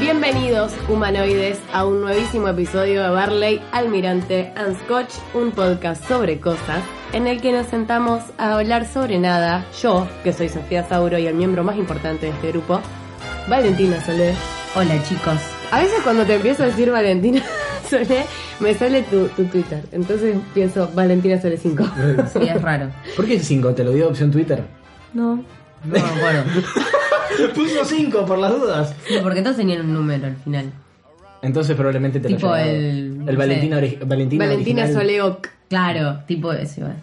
Bienvenidos, humanoides, a un nuevísimo episodio de Barley, Almirante and Scotch, un podcast sobre cosas, en el que nos sentamos a hablar sobre nada. Yo, que soy Sofía Sauro y el miembro más importante de este grupo, Valentina Solé. Hola chicos. A veces cuando te empiezo a decir Valentina Solé, me sale tu, tu Twitter. Entonces pienso Valentina Solé 5. Sí, es raro. ¿Por qué el 5? ¿Te lo dio opción Twitter? No. No me acuerdo. Puso 5 por las dudas. Sí, porque todos tenían un número al final. Entonces probablemente te Tipo lo haya dado. el- el Valentina, no sé. ori- Valentina, Valentina original. Solé Oc. Claro, tipo eso iba. a-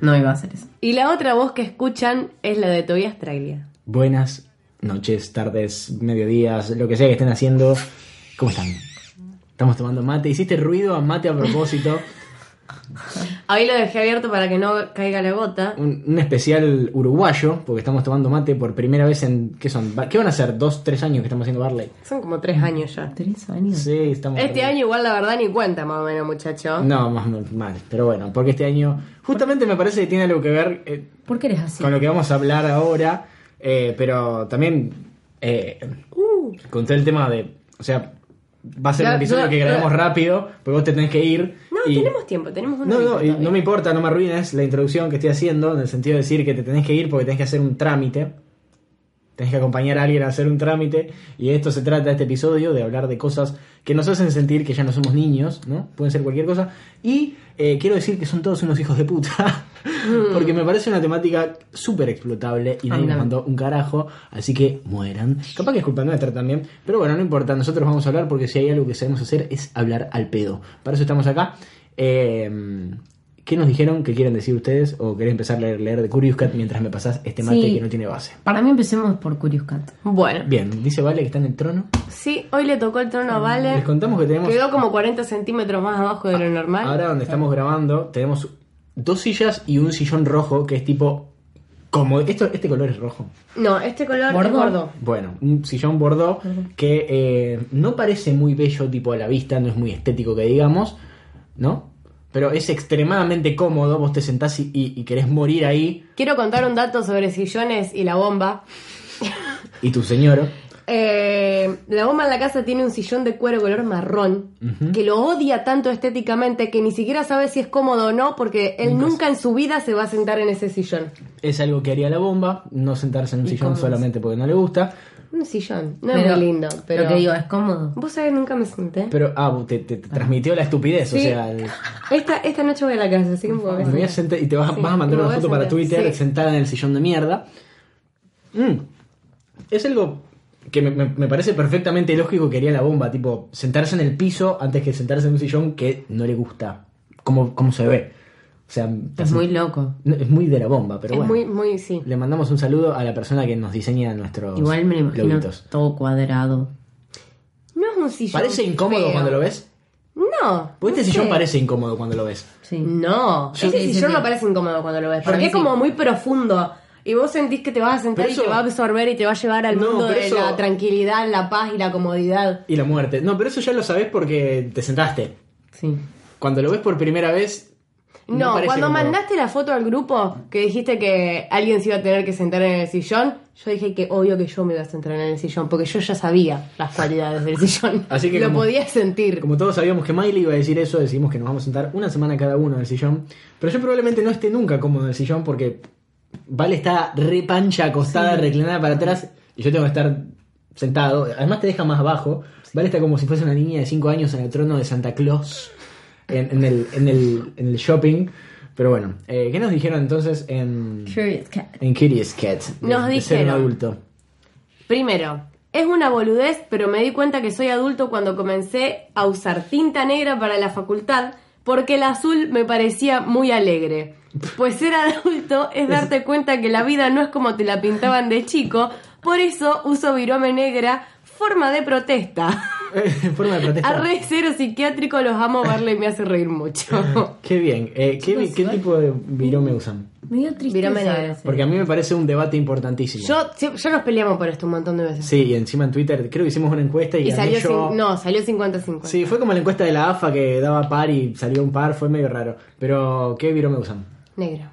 No iba a ser eso. Y la otra voz que escuchan es la de Tobias Traglia. Buenas noches, tardes, mediodías, lo que sea que estén haciendo. ¿Cómo están? Estamos tomando mate. Hiciste ruido a mate a propósito. Ahí lo dejé abierto para que no caiga la gota. Un, un especial uruguayo, porque estamos tomando mate por primera vez en... ¿Qué son? Va- ¿Qué van a ser? ¿Dos, tres años que estamos haciendo Barley? Son como tres años ya. ¿Tres años? Sí, estamos... Este año igual la verdad ni cuenta más o menos, muchacho. No, más más- mal. Pero bueno, porque este año... Justamente me parece que tiene algo que ver... eh, ¿Por qué eres así? con lo que vamos a hablar ahora, eh, pero también eh, Uh. con todo el tema de, o sea, va a ser Ya, un episodio ya, que ya. grabemos rápido, porque vos te tenés que ir. No, y- tenemos tiempo, tenemos una No, horita no, y todavía. no me importa, no me arruines la introducción que estoy haciendo, en el sentido de decir que te tenés que ir porque tenés que hacer un trámite. Tenés que acompañar a alguien a hacer un trámite. Y de esto se trata este episodio, de hablar de cosas que nos hacen sentir que ya no somos niños, ¿no? Pueden ser cualquier cosa. Y eh, quiero decir que son todos unos hijos de puta. porque me parece una temática súper explotable y nadie Anda. nos mandó un carajo. Así que mueran. Capaz que es culpa nuestra también. Pero bueno, no importa. Nosotros vamos a hablar porque si hay algo que sabemos hacer es hablar al pedo. Para eso estamos acá. Eh, ¿Qué nos dijeron que quieren decir ustedes? ¿O querés empezar a leer, leer de Curious Cat mientras me pasás este mate Sí. que no tiene base? Para mí empecemos por Curious Cat. Bueno, Bien, dice Vale que está en el trono. sí, hoy le tocó el trono a Vale. Les contamos que tenemos. Quedó como 40 centímetros más abajo de lo normal. Ahora donde estamos grabando, tenemos dos sillas y un sillón rojo que es tipo. Como. Esto, este color es rojo. No, este color ¿Bordo? es gordo. Bueno, un sillón bordó que eh, no parece muy bello tipo a la vista, no es muy estético que digamos, ¿no? Pero es extremadamente cómodo, vos te sentás y, y- y querés morir ahí Quiero contar un dato sobre sillones y la bomba. y tu señor. Eh, la bomba en la casa tiene un sillón de cuero color marrón que lo odia tanto estéticamente que ni siquiera sabe si es cómodo o no porque él nunca en su vida se va a sentar en ese sillón. Es algo que haría la bomba, no sentarse en un sillón cómodo. solamente porque no le gusta. Un sillón, no es muy lindo, pero... Lo que digo, es cómodo. Vos sabés, nunca me senté. Pero, ah, te, te- te transmitió la estupidez, o Sí. sea, el- Esta, esta noche voy a la casa, así que me puedo me voy a ver. sentar y te vas, a- Sí, vas a mandar me una voy a foto para sentar, Twitter sí. sentada en el sillón de mierda. Mm. Es algo que me, me- me parece perfectamente lógico que haría la bomba, tipo, sentarse en el piso antes que sentarse en un sillón que no le gusta, como, como se ve. O sea, te Es hace- muy loco. no, es muy de la bomba, pero Es bueno. muy, muy, sí. Le mandamos un saludo a la persona que nos diseña nuestros Igual me lo imagino loguitos. todo cuadrado. No es un sillón Parece incómodo feo. cuando lo ves. No. Pues este no sillón sé. parece incómodo cuando lo ves. Sí. Mm. No. Sí, Ese sí, sí, sillón sí. no parece incómodo cuando lo ves, Para porque mí es como sí. muy profundo. Y vos sentís que te vas a sentar Pero y te eso- va a absorber y te va a llevar al No, mundo pero de eso- la tranquilidad, la paz y la comodidad. Y la muerte. No, pero eso ya lo sabés porque te sentaste. Sí. Cuando lo ves por primera vez. No, parece cuando cómodo. mandaste la foto al grupo que dijiste que alguien se iba a tener que sentar en el sillón, yo dije que obvio que yo me iba a sentar en el sillón, porque yo ya sabía las cualidades del sillón. Así que lo como- podía sentir. Como todos sabíamos que Miley iba a decir eso, decidimos que nos vamos a sentar una semana cada uno en el sillón. Pero yo probablemente no esté nunca cómodo en el sillón porque Vale está re pancha, acostada, reclinada para atrás. Y yo tengo que estar sentado. Además te deja más abajo. Vale está como si fuese una niña de 5 años en el trono de Santa Claus. En, en el, en, el, en el shopping. Pero bueno, eh, ¿qué nos dijeron entonces en, Curious Cat. en Curious Cat? de- Nos de ser un dijeron. adulto. Primero, es una boludez, pero me di cuenta que soy adulto cuando comencé a usar tinta negra para la facultad porque el azul me parecía muy alegre. Pues ser adulto es darte cuenta que la vida no es como te la pintaban de chico, por eso uso virome negra, forma de protesta. En forma de protesta. Arre cero psiquiátrico, los amo, Barley me hace reír mucho. Qué bien. Eh, ¿qué, Chicos, qué igual- tipo de virome usan? Me dio tristeza. Virome negra. ese. Porque a mí me parece un debate importantísimo. Yo, sí, yo nos peleamos por esto un montón de veces. Sí, y encima en Twitter creo que hicimos una encuesta y, Y gané salió, yo. cin- no, salió 50-50. Sí, fue como la encuesta de la AFA que daba par y salió un par, fue medio raro. Pero, ¿qué virome usan? Negra.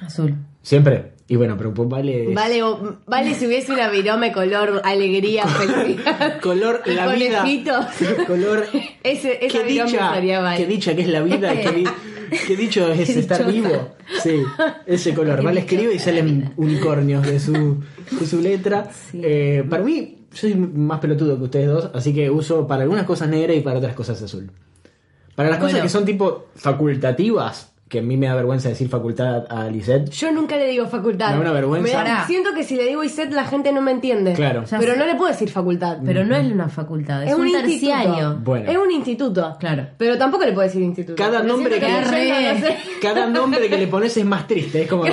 Azul. Siempre. Y bueno, pero pues vale. es- Vale, o- vale si hubiese una virome color alegría, felicidad. Color, Y la vida. conejitos. Color. Ese, esa qué virome dicha, estaría mal. qué dicha que es la vida, qué, di- qué dicho es Qué estar dichosa. vivo. Sí, ese color. Qué Vale, dichosa escribe y la salen vida. unicornios de su, de su letra. Sí. Eh, para mí, yo soy más pelotudo que ustedes dos, así que uso para algunas cosas negra y para otras cosas azul. Para las cosas Bueno. que son tipo facultativas, que a mí me da vergüenza decir facultad a Lisette. Yo nunca le digo facultad. Me da una vergüenza. Me da- Pará. siento que si le digo ISET la gente no me entiende. Claro. Mm. Ya Pero sé. no le puedo decir facultad. Pero no es una facultad, es, un, instituto. terciario. Bueno. Es un instituto. Claro. Pero tampoco le puedo decir instituto. Cada Porque nombre siento que- estoy yendo, Arre. no sé. Cada nombre que le pones es más triste. Es como. sí,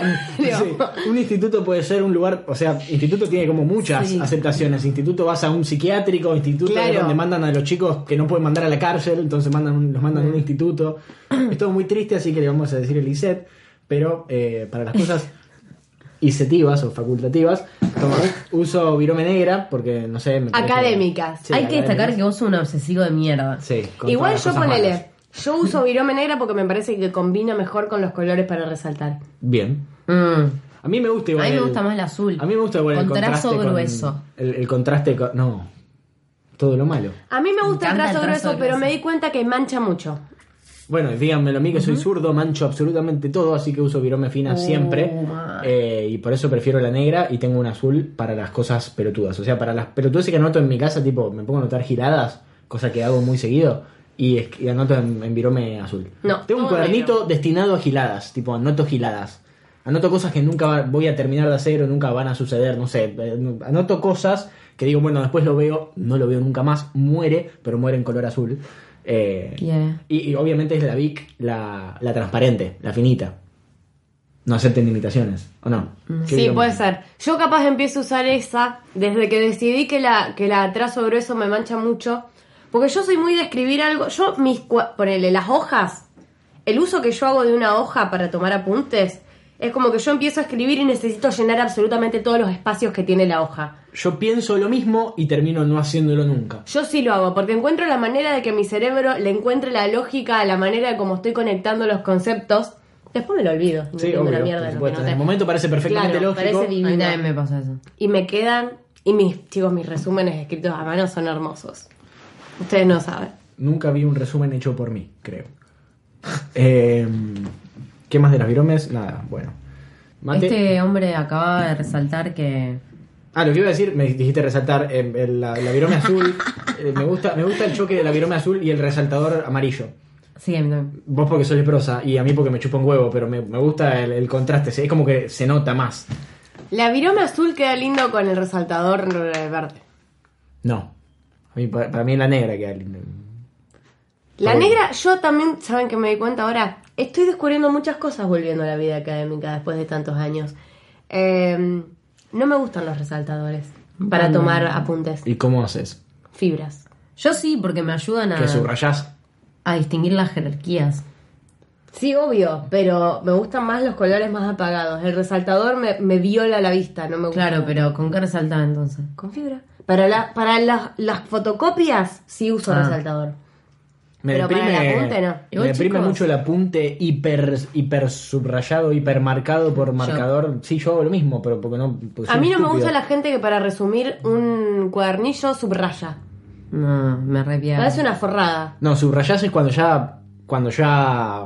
un instituto puede ser un lugar. O sea, instituto tiene como muchas Sí. aceptaciones. Instituto vas a un psiquiátrico, instituto es Claro. donde mandan a los chicos que no pueden mandar a la cárcel, entonces mandan un- los mandan a un instituto. Es todo muy triste, así que le vamos a decir el ISET. Pero eh, para las cosas ISETivas o facultativas, como uso virome negra, porque no sé. me parece- Académicas. Sí, Hay que destacar académicas. que vos sos un obsesivo de mierda. Sí, contra Igual las yo cosas ponele. malas. Yo uso virome negra porque me parece que combina mejor con los colores para resaltar. Bien. Mm. A mí me gusta igual. A mí me el- gusta más el azul. A mí me gusta igual el contraste. Contrazo con- grueso. el, el contraste con. No. Todo lo malo. A mí me gusta el encanta trazo, el trazo grueso, pero grueso. me di cuenta que mancha mucho. Bueno, díganmelo a mí que soy zurdo, mancho absolutamente todo, así que uso virome fina Uh, siempre. ah. ma. Eh, y por eso prefiero la negra y tengo un azul para las cosas pelotudas. O sea, para las pelotudas que anoto en mi casa, tipo, me pongo a anotar giradas, cosa que hago muy seguido. Y, es- y anoto en, en virome azul. No, Tengo un todo cuadernito negro. destinado a giladas, tipo, anoto giladas. Anoto cosas que nunca va- voy a terminar de hacer o nunca van a suceder, no sé. eh, no- Anoto cosas que digo, bueno, después lo veo, no lo veo nunca más, muere, pero muere en color azul. Eh, Yeah. y, y obviamente es la Vic, la, la transparente, la finita. No acepten limitaciones, ¿o no? ¿Qué Mm, Sí, digamos? puede ser. Yo capaz empiezo a usar esa desde que decidí que la, que la trazo grueso me mancha mucho. Porque yo soy muy de escribir algo. Yo, mis cua- ponele, las hojas, el uso que yo hago de una hoja para tomar apuntes, es como que yo empiezo a escribir y necesito llenar absolutamente todos los espacios que tiene la hoja. Yo pienso lo mismo y termino no haciéndolo nunca. Yo sí lo hago, porque encuentro la manera de que mi cerebro le encuentre la lógica a la manera de cómo estoy conectando los conceptos. Después me lo olvido. no Sí, entiendo obvio, una mierda de por lo que supuesto. En anoté. el momento parece perfectamente Claro, lógico. parece A mí divino. también me pasa eso. Y me quedan. Y mis, chicos, mis resúmenes escritos a mano son hermosos. Ustedes no saben. Nunca vi un resumen hecho por mí, creo. Eh, ¿Qué más de las viromes? Nada, bueno. Mate. Este hombre acaba de resaltar que. Ah, lo que iba a decir, me dijiste resaltar eh, el- la, la virome azul. Eh, me, gusta, me gusta el choque de la virome azul y el resaltador amarillo. Sí, a mí también. Vos porque sos leprosa y a mí porque me chupa un huevo, pero me, me gusta el, el contraste, se- es como que se nota más. La viroma azul queda lindo con el resaltador eh, verde. No. A mí, para, para mí la negra queda linda. La Está negra, yo también, saben que me di cuenta ahora, estoy descubriendo muchas cosas volviendo a la vida académica después de tantos años. Eh, no me gustan los resaltadores para tomar apuntes, ¿Y cómo haces? fibras. Yo sí, porque me ayudan a, Ah. Que subrayás. a distinguir las jerarquías. Sí, obvio, pero me gustan más los colores más apagados. El resaltador me, me viola la vista, no me gusta. Claro, pero ¿con qué resaltaba entonces? Con fibra. Para, la- para las, las fotocopias sí uso Ah. resaltador. Me Pero para deprime, el apunte, no. me Igual, deprime chicos. mucho el apunte hiper, hiper subrayado, hiper marcado por marcador. Sí, yo hago lo mismo, pero porque no. porque A soy mí no me estúpido. gusta la gente que para resumir un cuadernillo subraya. No, me Me arrepiado. Parece una forrada. No, subrayás es cuando ya. Cuando ya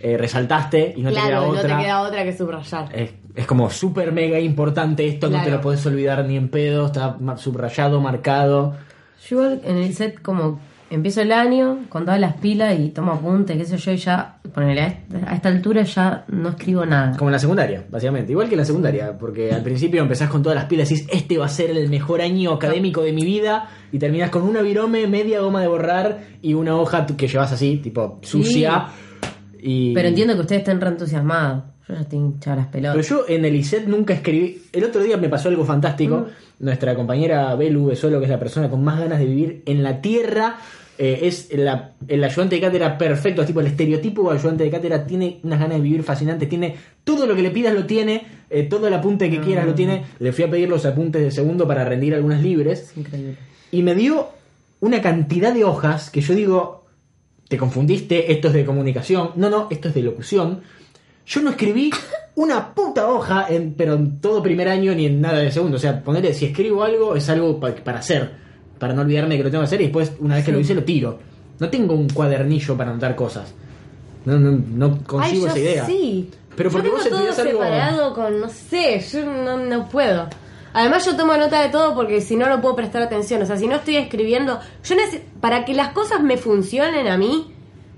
eh, resaltaste y no te queda claro, no otra. te queda otra que subrayar. Es Es como súper mega importante esto, no te Claro. lo podés olvidar ni en pedo, está ma- subrayado, marcado. Yo igual en el set como empiezo el año con todas las pilas y tomo apuntes, qué sé yo, y ya, ponele, a esta- a esta altura ya no escribo nada. Como en la secundaria, básicamente. Igual que en la secundaria, porque al principio empezás con todas las pilas y decís, este va a ser el mejor año académico de mi vida, y terminás con una virome, media goma de borrar y una hoja tu- que llevas así, tipo sucia. Y... Pero entiendo que ustedes estén re entusiasmados. Yo ya estoy hinchada las Pero pelotas. yo en el ISET nunca escribí. El otro día me pasó algo fantástico. Nuestra compañera Belu Besolo, que es la persona con más ganas de vivir en la tierra, eh, es la- el ayudante de cátedra perfecto. Es tipo el estereotipo de ayudante de cátedra. Tiene unas ganas de vivir fascinantes. Tiene todo lo que le pidas lo tiene. eh, todo el apunte que quieras lo tiene. Le fui a pedir los apuntes de segundo para rendir algunas libres. Es increíble. Y me dio una cantidad de hojas que yo digo, te confundiste, esto es de comunicación, no, no, esto es de locución. Yo no escribí una puta hoja, en, pero en todo primer año ni en nada de segundo. O sea, ponerle, si escribo algo, es algo pa- para hacer, para no olvidarme que lo tengo que hacer y después, una vez que lo hice, lo tiro. No tengo un cuadernillo para anotar cosas. No, no, no consigo Ay, esa yo idea. Sí. Pero porque yo vos tengo todo estudiás algo- separado con, no sé, yo no, no puedo. Además yo tomo nota de todo porque si no no puedo prestar atención. O sea, si no estoy escribiendo, yo neces- para que las cosas me funcionen a mí,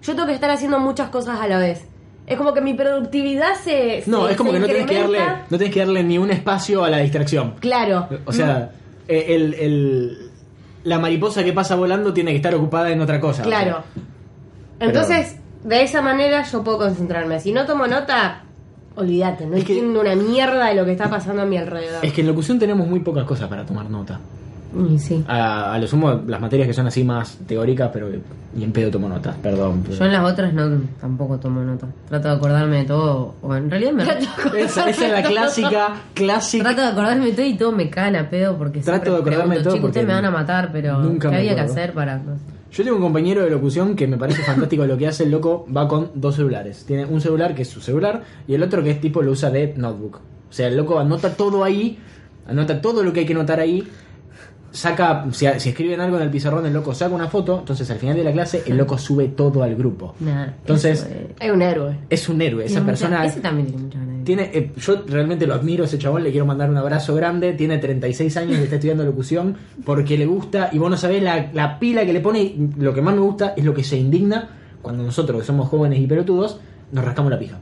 yo tengo que estar haciendo muchas cosas a la vez. Es como que mi productividad se No, se- es como se que no tenés que, darle, incrementa. no tenés que darle ni un espacio a la distracción. Claro. O sea, eh, el, el- la mariposa que pasa volando tiene que estar ocupada en otra cosa. Claro. Pero- Entonces, de esa manera yo puedo concentrarme. Si no tomo nota, olvídate, no Es que- entiendo una mierda de lo que está pasando a mi alrededor. Es que en locución tenemos muy pocas cosas para tomar nota. Y sí. A, a lo sumo, las materias que son así más teóricas, pero ni en pedo tomo nota. Perdón. pero- Yo en las otras no tampoco tomo nota. Trato de acordarme de todo. O en realidad me Esa, esa es la clásica, clásica. Trato de acordarme de todo y todo me cae la pedo porque Trato siempre de acordarme de pregunto, todo "Chicos, ustedes porque me van a matar, pero nunca ¿qué me había que acuerdo". hacer para no sé? Yo tengo un compañero de locución que me parece fantástico lo que hace el loco, va con dos celulares. Tiene un celular que es su celular y el otro que es tipo lo usa de notebook. O sea, el loco anota todo ahí, anota todo lo que hay que anotar ahí. Saca, si, si escriben algo en el pizarrón, el loco saca una foto, entonces al final de la clase el loco sube todo al grupo. Nah, Entonces, eso, eh, Es un héroe. Es un héroe, esa tiene persona mucha- Ese también tiene mucha ganas de vivir. tiene, eh, yo realmente lo admiro a ese chabón, le quiero mandar un abrazo grande, tiene 36 años y está estudiando locución porque le gusta, y vos no sabés la, la pila que le pone, y lo que más me gusta es lo que se indigna cuando nosotros que somos jóvenes y pelotudos nos rascamos la pija.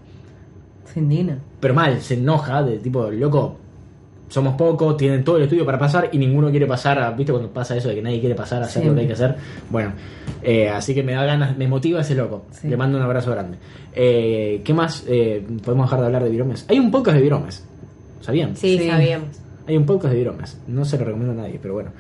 Se indigna. Pero mal, se enoja de tipo, loco, somos pocos, tienen todo el estudio para pasar y ninguno quiere pasar, a- viste cuando pasa eso de que nadie quiere pasar a hacer Sí. lo que hay que hacer. Bueno, eh, así que me da ganas, me motiva ese loco. Sí. Le mando un abrazo grande. Eh, ¿Qué más eh, podemos dejar de hablar de viromes? Hay un podcast de viromes, ¿sabían? Sí, Sí. sabíamos. Hay un podcast de viromes, no se lo recomiendo a nadie, pero bueno.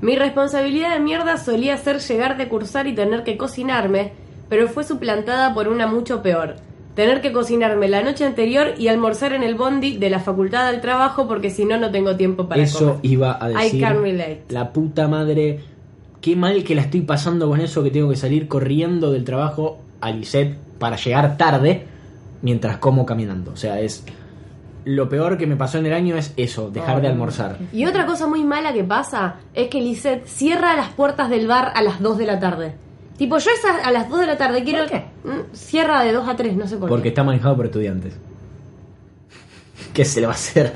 Mi responsabilidad de mierda solía ser llegar de cursar y tener que cocinarme, pero fue suplantada por una mucho peor. Tener que cocinarme la noche anterior y almorzar en el bondi de la facultad al trabajo porque si no, no tengo tiempo para eso comer. iba a I decir. can relate. La puta madre. Qué mal que la estoy pasando con eso que tengo que salir corriendo del trabajo a Lisette para llegar tarde mientras como caminando. O sea, es. Lo peor que me pasó en el año es eso, dejar de almorzar. Y otra cosa muy mala que pasa es que Lisette cierra las puertas del bar a las 2 de la tarde. Tipo, yo esas- a las 2 de la tarde quiero. ¿Por qué? Mm, Cierra de 2 a 3, no sé por Porque qué. está manejado por estudiantes. ¿Qué se le va a hacer?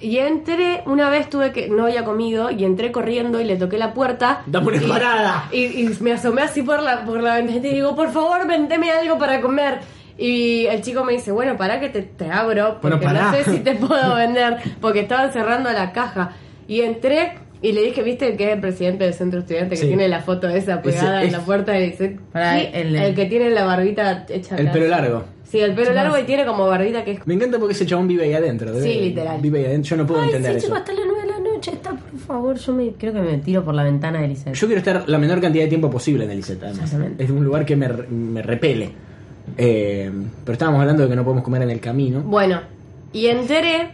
Y entré, una vez tuve que. No había comido y entré corriendo y le toqué la puerta. ¡Dame una Y- parada! Y, y me asomé así por la, por la ventana y digo, por favor, vendeme algo para comer. Y el chico me dice, bueno, pará que te, te abro, Bueno, porque pará. no sé si te puedo vender, porque estaban cerrando la caja. Y entré y le dije, viste que es el presidente del centro estudiante que Sí. tiene la foto esa pegada Ese- en la es- puerta y dice, Pará, "Sí, el, el- que tiene la barbita hecha El acá". pelo largo. Sí, el pelo largo y tiene como barbita que es... Me encanta porque ese chabón vive ahí adentro. Sí, debe- literal. Vive ahí adentro. Yo no puedo Ay, entender sí, eso. chicos, hasta las 9 de la noche. Está, por favor, yo me, creo que me tiro por la ventana de Elizabeth. Yo quiero estar la menor cantidad de tiempo posible en el ISET, además. Exactamente. Es un lugar que me, me repele. Eh, pero estábamos hablando de que no podemos comer en el camino. Bueno, y enteré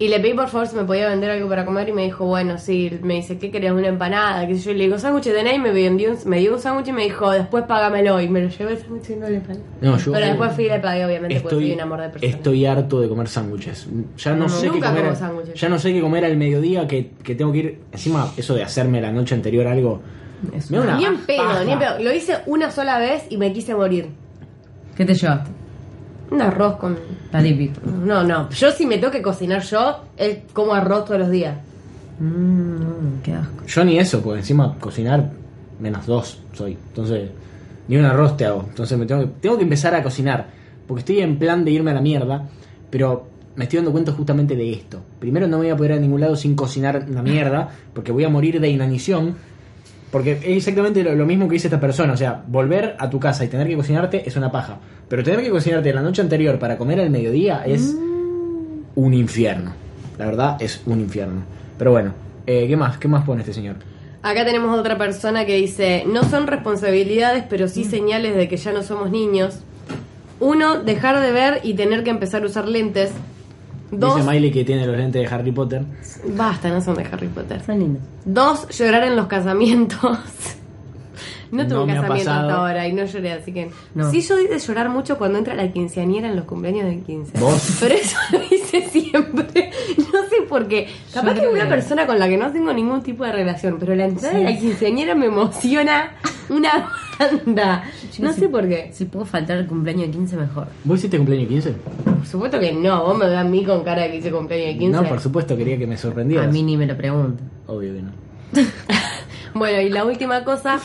y le pedí por favor si me podía vender algo para comer y me dijo, bueno, sí, me dice, ¿qué querés? ¿Una empanada? Que yo Y le digo, sándwich tenés y me, vendió un- me dio un sándwich y me dijo, después págamelo y me lo llevé el sándwich y no la empanada. No, yo eh, Pero después fui y le pagué, obviamente, porque soy estoy, un amor de persona. estoy harto de comer sándwiches. Ya no, No, sé qué nunca comer. como sándwiches. Ya no sé qué comer al mediodía que, que tengo que ir. Encima, eso de hacerme la noche anterior algo. Es me da una- una Ni en pedo, paja. ni en pedo. Lo hice una sola vez y me quise morir. ¿Qué te llevaste? Un arroz con. La típica. No, no. Yo si me toque cocinar yo, es como arroz todos los días. Mmm, qué asco. Yo ni eso, porque encima cocinar menos dos soy. Entonces, ni un arroz te hago. Entonces me tengo que, tengo que empezar a cocinar. Porque estoy en plan de irme a la mierda, pero me estoy dando cuenta justamente de esto. Primero no me voy a poder ir a ningún lado sin cocinar una mierda, porque voy a morir de inanición. Porque es exactamente lo, lo mismo que dice esta persona. O sea, volver a tu casa y tener que cocinarte es una paja. Pero tener que cocinarte la noche anterior para comer al mediodía es un infierno. La verdad es un infierno. Pero bueno, eh, ¿qué más? ¿Qué más pone este señor? Acá tenemos otra persona que dice, no son responsabilidades, pero sí señales de que ya no somos niños. Uno, dejar de ver y tener que empezar a usar lentes. Dos, Dice Miley que tiene los lentes de Harry Potter. basta, no son de Harry Potter. Son lindos. Dos, llorar en los casamientos. No tuve No un me ha casamiento pasado. hasta ahora y no lloré, así que... No. Sí, yo hice llorar mucho cuando entra la quinceañera en los cumpleaños de 15. ¿Vos? Pero eso lo hice siempre. No sé por qué. Capaz que es una creo. persona con la que no tengo ningún tipo de relación, pero la entrada de la quinceañera me emociona una banda. No sé por qué. Si puedo faltar el cumpleaños de 15, mejor. ¿Vos hiciste cumpleaños 15? Por supuesto que no, vos me ves a mí con cara de que hice cumpleaños de 15. No, por supuesto, quería que me A sorprendieras. mí ni me lo pregunto. Obvio que no. Bueno, y la última cosa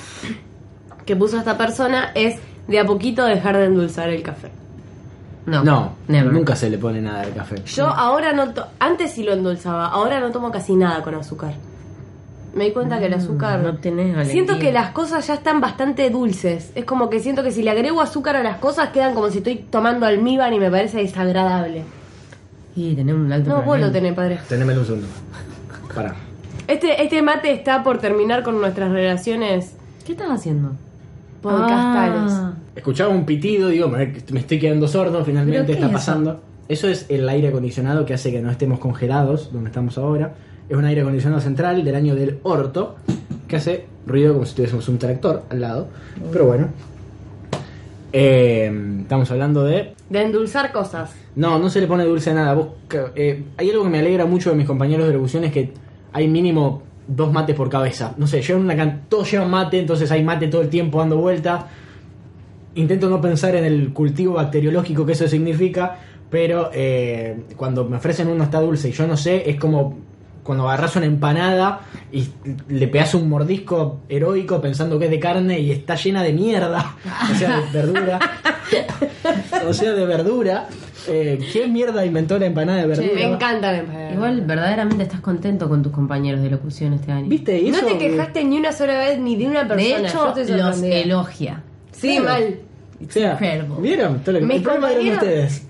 que puso esta persona es de a poquito dejar de endulzar el café. No. No, never. nunca se le pone nada al café. Yo Mm. ahora no... to- Antes sí lo endulzaba, ahora no tomo casi nada con azúcar. Me di cuenta que el azúcar... Mm, No tenés valentía. Siento que las cosas ya están bastante dulces. Es como que siento que si le agrego azúcar a las cosas quedan como si estoy tomando almíbar y me parece desagradable. Y tenés un alto No, problema. vos lo tenés, padre. Tenémelo un segundo. Pará. Este, este mate está por terminar con nuestras relaciones ¿Qué estás haciendo? podcastales. Ah. Escuchaba un pitido, digo, me me estoy quedando sordo, finalmente ¿Pero qué está es pasando. Eso? es el aire acondicionado que hace que no estemos congelados, donde estamos ahora. Es un aire acondicionado central del año del orto, que hace ruido como si tuviésemos un tractor al lado. Pero bueno. Eh, estamos hablando de De endulzar cosas. No, no se le pone dulce a nada. Vos, ca- eh, hay algo que me alegra mucho de mis compañeros de locución es que hay mínimo dos mates por cabeza. No sé, llevan una can todos llevan mate, entonces hay mate todo el tiempo dando vueltas. Intento no pensar en el cultivo bacteriológico que eso significa, pero eh, cuando me ofrecen uno está dulce y yo no sé, es como cuando agarras una empanada y le pegas un mordisco heroico pensando que es de carne y está llena de mierda, o sea, de verdura. O sea, de verdura. Eh, ¿Qué mierda inventó la empanada de verdura? Me encanta la empanada. Ah, Igual verdaderamente estás contento con tus compañeros de locución este año. ¿Viste No eso? te quejaste ni una sola vez ni de una De persona. Yo hecho, estoy los sorprendida. elogia. Sí, Claro. mal. O sea, Incredible. ¿Vieron? Todo lo que- Mis el problema eran compañeros- ustedes.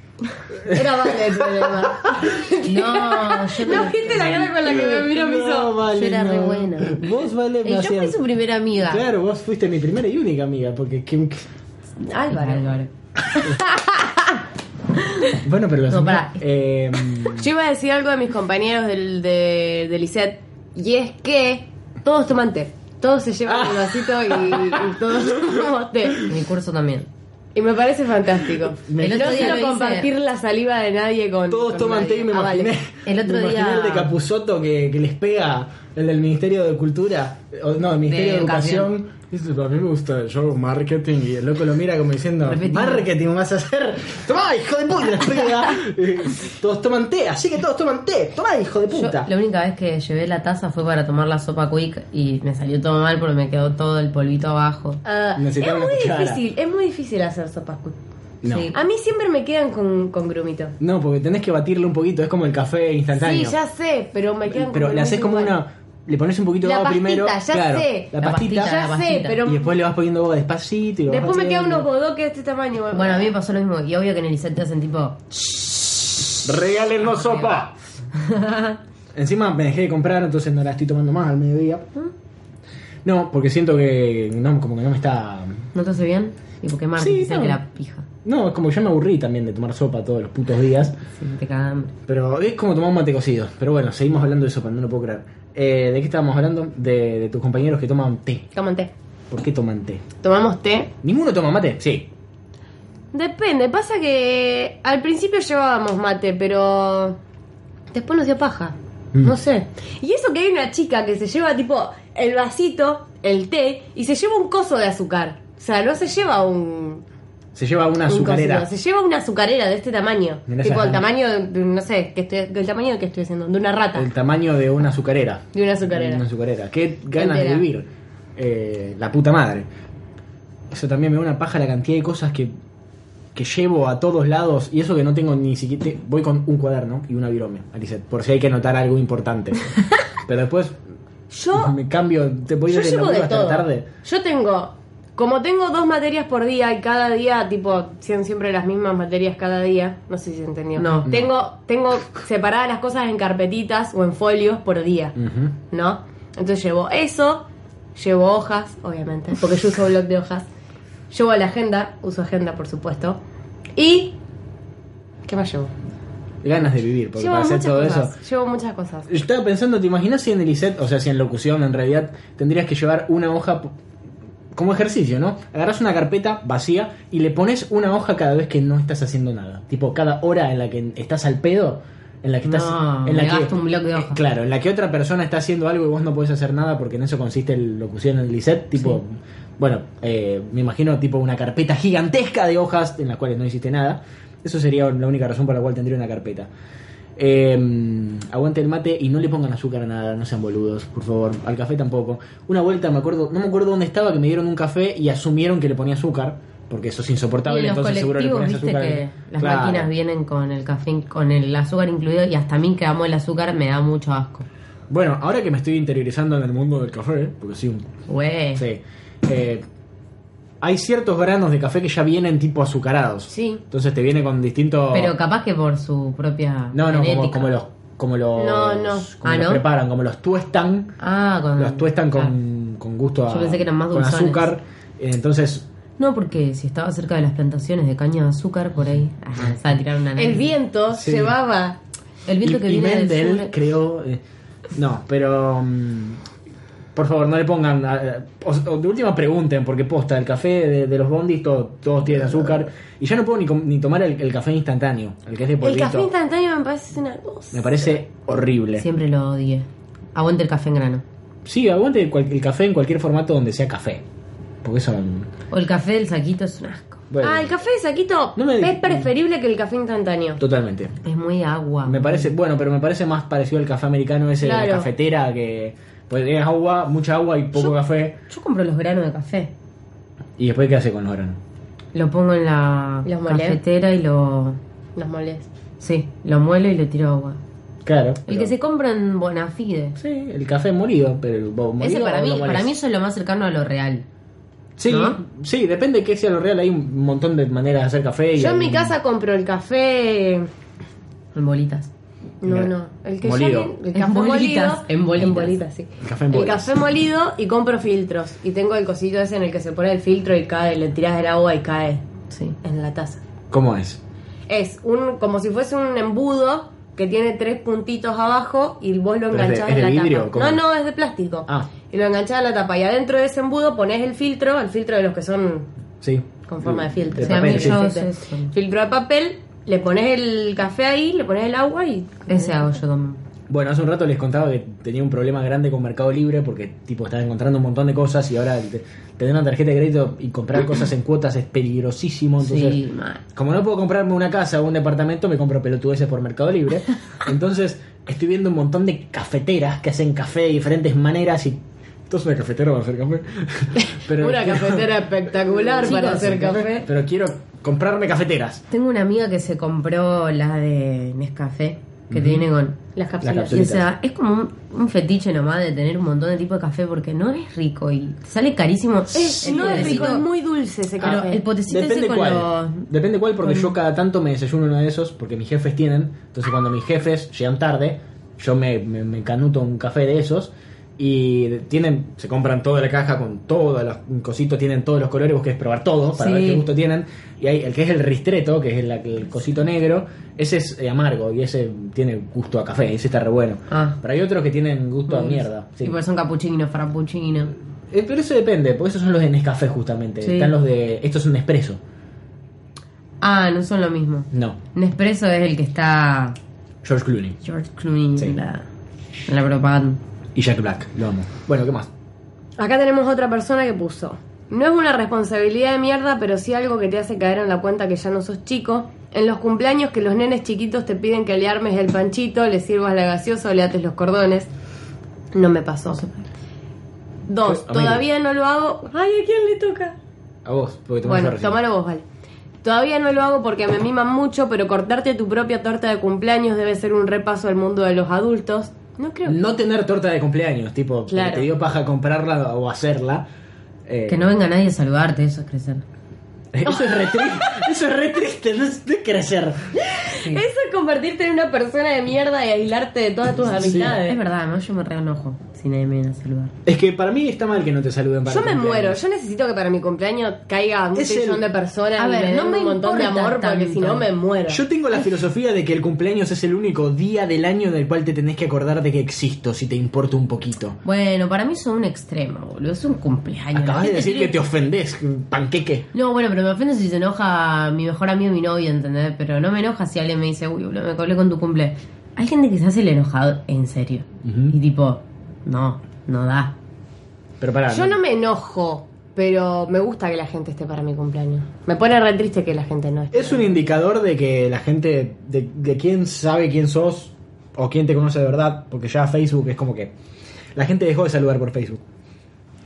Era mal el problema. No, yo No viste la cara con la que me miró mi No, hizo. Eh, vale, Yo era re no. buena. Vos, Vale, me Y yo fui hacían- su primera amiga. Claro, vos fuiste mi primera y única amiga, porque... ¿quién- qué- Álvaro. Álvaro. Bueno, pero las No, amigas- pará. eh, Yo iba a decir algo de mis compañeros del, de, de Lisette, y es que todos toman té. Todos se llevan Ah. el vasito y, y todos tomamos té. En este, mi curso también. Y me parece fantástico. Me- El otro no día quiero lo hice- compartir la saliva de nadie con. todos con toman nadie. té y me Ah, vale. imaginé... El otro me imaginé día- el de Capuzoto que, que les pega, el del Ministerio de Cultura, o no, el Ministerio de, De Educación. Educación. Dice, a mí me gusta, yo hago marketing y el loco lo mira como diciendo, Repetí. marketing vas a hacer, tomá hijo de puta, y les pega. Eh, todos toman té, así que todos toman té, tomá hijo de Yo, puta. la única vez que llevé la taza fue para tomar la sopa quick y me salió todo mal porque me quedó todo el polvito abajo. Ah, es Necesitaba una muy cuchara. difícil, es muy difícil hacer sopas. cu- No. Sí. A mí siempre me quedan con, con grumito. no, porque tenés que batirlo un poquito, es como el café instantáneo. Sí, ya sé, pero me quedan con Pero le grumito haces como igual. una... Le pones un poquito de La agua pastita, primero. ya claro, sé. La La pastita. pastita, Ya la sé, pastita. pero Y después le vas poniendo agua despacito. Y lo vas después me quedan haciendo. unos bodoques de este tamaño. bueno. Bueno, a mí me pasó lo mismo. Y obvio que en el ICET te hacen tipo... Regálenos sopa. Encima me dejé de comprar, entonces no la estoy tomando más al mediodía. ¿Mm? No, porque siento que no, como que no me está. ¿No te hace bien? Y porque más Sí, te sale no. la pija. No, es como que ya me aburrí también de tomar sopa todos los putos días. Si te caga hambre. Pero es como tomar un mate cocido. Pero bueno, seguimos hablando de sopa, no lo puedo creer. Eh, ¿De qué estábamos hablando? De, de tus compañeros que toman té. Toman té. ¿Por qué toman té? Tomamos té. ¿Ninguno toma mate? Sí. Depende, pasa que al principio llevábamos mate, pero después nos dio paja. Mm. No sé. Y eso que hay una chica que se lleva tipo el vasito, el té, y se lleva un coso de azúcar. O sea, no se lleva un, Se lleva una Un azucarera. cosito. Se lleva una azucarera de este tamaño. Mirá tipo esa- el tamaño de, de un- no sé, que estoy, del tamaño que estoy haciendo, de una rata. El tamaño de una azucarera. De una azucarera. Una azucarera. Qué ganas de Entera. vivir. Eh, la puta madre. Eso también me da una paja la cantidad de cosas que, que llevo a todos lados. Y eso que no tengo ni siquiera. Voy con un cuaderno y una virome, Alicet. Por si hay que anotar algo importante. Pero después Yo, me cambio. Te voy yo desde el llevo de laburo hasta todo. la tarde. Yo tengo, como tengo dos materias por día y cada día, tipo, son siempre las mismas materias cada día. No sé si se entendió. No. Tengo, tengo separadas las cosas en carpetitas o en folios por día. Ujú. ¿no? Entonces llevo eso, llevo hojas, obviamente, porque yo uso blog de hojas. Llevo la agenda, uso agenda, por supuesto. Y. ¿Qué más llevo? Ganas de vivir. Porque Llevo para hacer muchas todo eso. Mm. cosas. Llevo muchas cosas. Yo estaba pensando, ¿te imaginas si en el ISET, o sea, si en locución en realidad tendrías que llevar una hoja p- como ejercicio, ¿no? Agarras una carpeta vacía y le pones una hoja cada vez que no estás haciendo nada. Tipo, cada hora en la que estás al pedo, en la que estás. No, en la me que, eh, gasto un bloc de hoja. Claro, en la que otra persona está haciendo algo y vos no podés hacer nada porque en eso consiste el locución en el ISET. Tipo, bueno, eh, me imagino tipo una carpeta gigantesca de hojas en las cuales no hiciste nada. Eso sería la única razón por la cual tendría una carpeta. Eh, aguante el mate y no le pongan azúcar a nada, no sean boludos, por favor. Al café tampoco. Una vuelta me acuerdo, no me acuerdo dónde estaba que me dieron un café y asumieron que le ponía azúcar, porque eso es Y insoportable, en los entonces seguro le colectivos, pones viste azúcar. que las Claro. máquinas vienen con el café, con el azúcar incluido, y hasta a mí que amo el azúcar me da mucho asco. Bueno, ahora que me estoy interiorizando en el mundo del café, porque soy un Güey. Sí. Eh, hay ciertos granos de café que ya vienen tipo azucarados. Sí. Entonces te viene con distintos. Pero capaz que por su propia. no, no, como, genética. como los. Como los, No, no. como Ah, los ¿no? preparan, como los tuestan. Ah, con. Los tuestan con, claro. con gusto a. Ah. Yo pensé que eran más Con dulzones. azúcar. Eh, Entonces. No, porque si estaba cerca de las plantaciones de caña de azúcar, por ahí. Ah, se va a tirar una El viento Sí. llevaba. El viento y, que y viene del Mendel sur- creó. eh, no, pero. mm, por favor, no le pongan. eh, o- o de última pregunten, porque posta, el café de, de los bondis, todo, todos tienen azúcar. Y ya no puedo ni, com- ni tomar el, el café instantáneo, el que es de El polvito. café instantáneo me parece una cosa. Me parece horrible. Siempre lo odié. Aguante el café en grano. Sí, aguante cual- el café en cualquier formato donde sea café. Porque eso. O Ah, el café del saquito es un asco. bueno, Ah, el café de saquito No me es digas. preferible que el café instantáneo. Totalmente. Es muy agua. Me parece, bueno, pero me parece más parecido al café americano ese de Claro. la cafetera que. Pues es agua, mucha agua y poco café. Yo compro los granos de café. Y después, ¿qué hace con los granos? Lo pongo en la ¿Los molés? cafetera y lo. Los moles. Sí, lo muelo y le tiro agua. Claro. El pero- que se compra en Bonafide. Sí, el café molido, pero el bo- molido Ese para no mí, molesta. para mí eso es lo más cercano a lo real. Sí, ¿no? sí, depende de qué sea lo real. Hay un montón de maneras de hacer café. y Yo en hay mi un- casa compro el café. En bolitas. No, Mira, no. El que molido. ya me- el En café bolitas, molido. en bolitas. sí. El café en El bolas. café molido y compro filtros. Y tengo el cosito ese en el que se pone el filtro y cae, le tiras el agua y cae Sí. en la taza. ¿Cómo es? Es un como si fuese un embudo que tiene tres puntitos abajo y vos lo Pero es de- enganchás ¿es de en la vidrio o tapa. cómo? No, no, es de plástico. Ah. Y lo enganchás en la tapa. Y adentro de ese embudo pones el filtro, el filtro de los que son Sí. con forma de filtro. De Sí, a papel, mí sí. yo- Sí, sé sí. eso. Filtro de papel, le pones el café ahí, le pones el agua y Ese hago yo también. Bueno, hace un rato les contaba que tenía un problema grande con Mercado Libre porque tipo estaba encontrando un montón de cosas y ahora te- tener una tarjeta de crédito y comprar cosas en cuotas es peligrosísimo. Entonces, Sí, mal. como no puedo comprarme una casa o un departamento, me compro pelotudeces por Mercado Libre. Entonces, estoy viendo un montón de cafeteras que hacen café de diferentes maneras y esto es una cafetera para hacer café. Pero una cafetera espectacular para Chicos, hacer café. Pero quiero comprarme cafeteras. Tengo una amiga que se compró la de Nescafé, que te viene con. Las cápsulas. cápsulas. Las Y o sea, cápsulas. es como un, un fetiche nomás de tener un montón de tipo de café porque no es rico y te sale carísimo. Es, El no es rico, potecito- es muy dulce ese Pero café. el potecito ese Depende con cuál. los. Depende cuál, porque yo cada tanto me desayuno uno de esos, porque mis jefes tienen. Entonces, cuando mis jefes llegan tarde, yo me, me, me canuto un café de esos. Y tienen, se compran toda la caja con todos los cositos, tienen todos los colores, vos querés probar todos para Sí. ver qué gusto tienen. Y hay el que es el ristreto, que es el, el cosito negro, ese es eh, amargo y ese tiene gusto a café, ese está re bueno. Ah. Pero hay otros que tienen gusto a Mm. mierda. sí. Sí, porque son capuchinos, frappuccinos. Eh, Pero eso depende, porque esos son los de Nescafé justamente. Sí. Están los de. Esto es un espresso. Ah, no son lo mismo. No, Nespresso es el que está George Clooney. George Clooney Sí. en, la, en la propaganda. Y Jack Black, lo amo. Bueno, ¿qué más? Acá tenemos otra persona que puso. No es una responsabilidad de mierda, pero sí algo que te hace caer en la cuenta que ya no sos chico. En los cumpleaños que los nenes chiquitos te piden que le armes el panchito, le sirvas la gaseosa o le ates los cordones. No me pasó. Dos, Fue a mí. todavía no lo hago. Ay, ¿a quién le toca? A vos, porque te Bueno, mandaste recién. tomalo vos, vale. Todavía no lo hago porque me miman mucho, pero cortarte tu propia torta de cumpleaños debe ser un repaso al mundo de los adultos. No creo que... No tener torta de cumpleaños, tipo, porque Claro. te dio paja comprarla o hacerla. eh, Que no venga nadie a saludarte, eso es crecer. Eso es re triste, eso es re triste, no es, no es crecer. Eso es convertirte en una persona de mierda y aislarte de todas tus Es amistades. verdad, ¿no? yo me re enojo si nadie me viene a saludar. Es que para mí está mal que no te saluden para Yo el me cumpleaños. muero, yo necesito que para mi cumpleaños caiga un Es el- millón de personas A y ver, me no den me un montón de importa amor porque si tanto. no me muero. Yo tengo la filosofía de que el cumpleaños es el único día del año en el cual te tenés que acordar de que existo, si te importa un poquito. Bueno, para mí son un extremo, boludo. Es un cumpleaños. La Acabas de gente decir tiene- que te ofendés, panqueque. No, bueno, pero me ofende si se enoja mi mejor amigo y mi novio, ¿entendés? Pero no me enoja si alguien me dice, uy, boludo, me colé con tu cumple. Hay gente que se hace el enojado en serio. Y tipo, no, no da. Pero pará. Yo no me enojo, pero me gusta que la gente esté para mi cumpleaños. Me pone re triste que la gente no esté. Es un indicador de que la gente, de, de quién sabe quién sos o quién te conoce de verdad, porque ya Facebook es como que... La gente dejó de saludar por Facebook.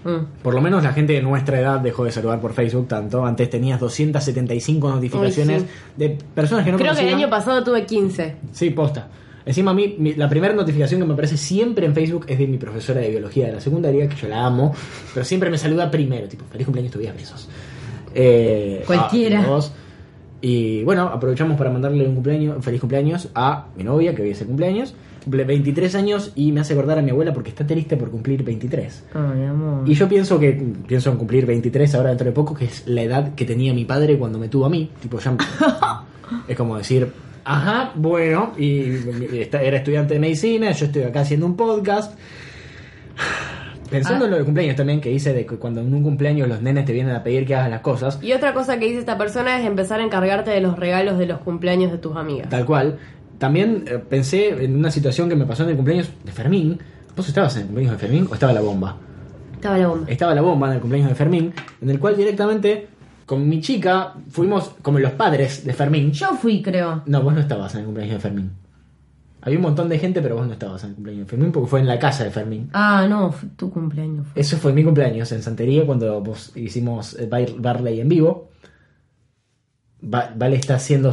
Mm. Por lo menos la gente de nuestra edad dejó de saludar por Facebook tanto. Antes tenías 275 notificaciones Ay, de personas que no Creo que el conocías. año pasado tuve 15. Sí, posta. Encima a mí, mi- la primera notificación que me aparece siempre en Facebook es de mi profesora de biología de la secundaria, que yo la amo, pero siempre me saluda primero, tipo, feliz cumpleaños, tu vida, besos. Eh, Cualquiera. a todos. Y bueno, aprovechamos para mandarle un cumpleaños, un feliz cumpleaños a mi novia, que hoy es el cumpleaños. Cumple 23 años y me hace acordar a mi abuela porque está triste por cumplir 23. Ay, amor. Y yo pienso que pienso en cumplir 23 ahora dentro de poco, que es la edad que tenía mi padre cuando me tuvo a mí. Tipo, ya es como decir, ajá, bueno, y, y esta- era estudiante de medicina, yo estoy acá haciendo un podcast. Pensando en lo de cumpleaños también, que hice de que cuando en un cumpleaños los nenes te vienen a pedir que hagas las cosas, Y otra cosa que dice esta persona es empezar a encargarte de los regalos de los cumpleaños de tus amigas. tal cual. También eh, pensé en una situación que me pasó en el cumpleaños de Fermín. ¿Vos estabas en el cumpleaños de Fermín o estaba la bomba? Estaba la bomba. estaba la bomba en el cumpleaños de Fermín, en el cual directamente con mi chica fuimos como los padres de Fermín. Yo fui, creo. No, vos no estabas en el cumpleaños de Fermín. Había un montón de gente, pero vos no estabas en el cumpleaños de Fermín porque fue en la casa de Fermín. Ah, no, fue tu cumpleaños. fue. Eso fue mi cumpleaños en Santería cuando vos hicimos eh, Bar- Barley en vivo. Va- vale está haciendo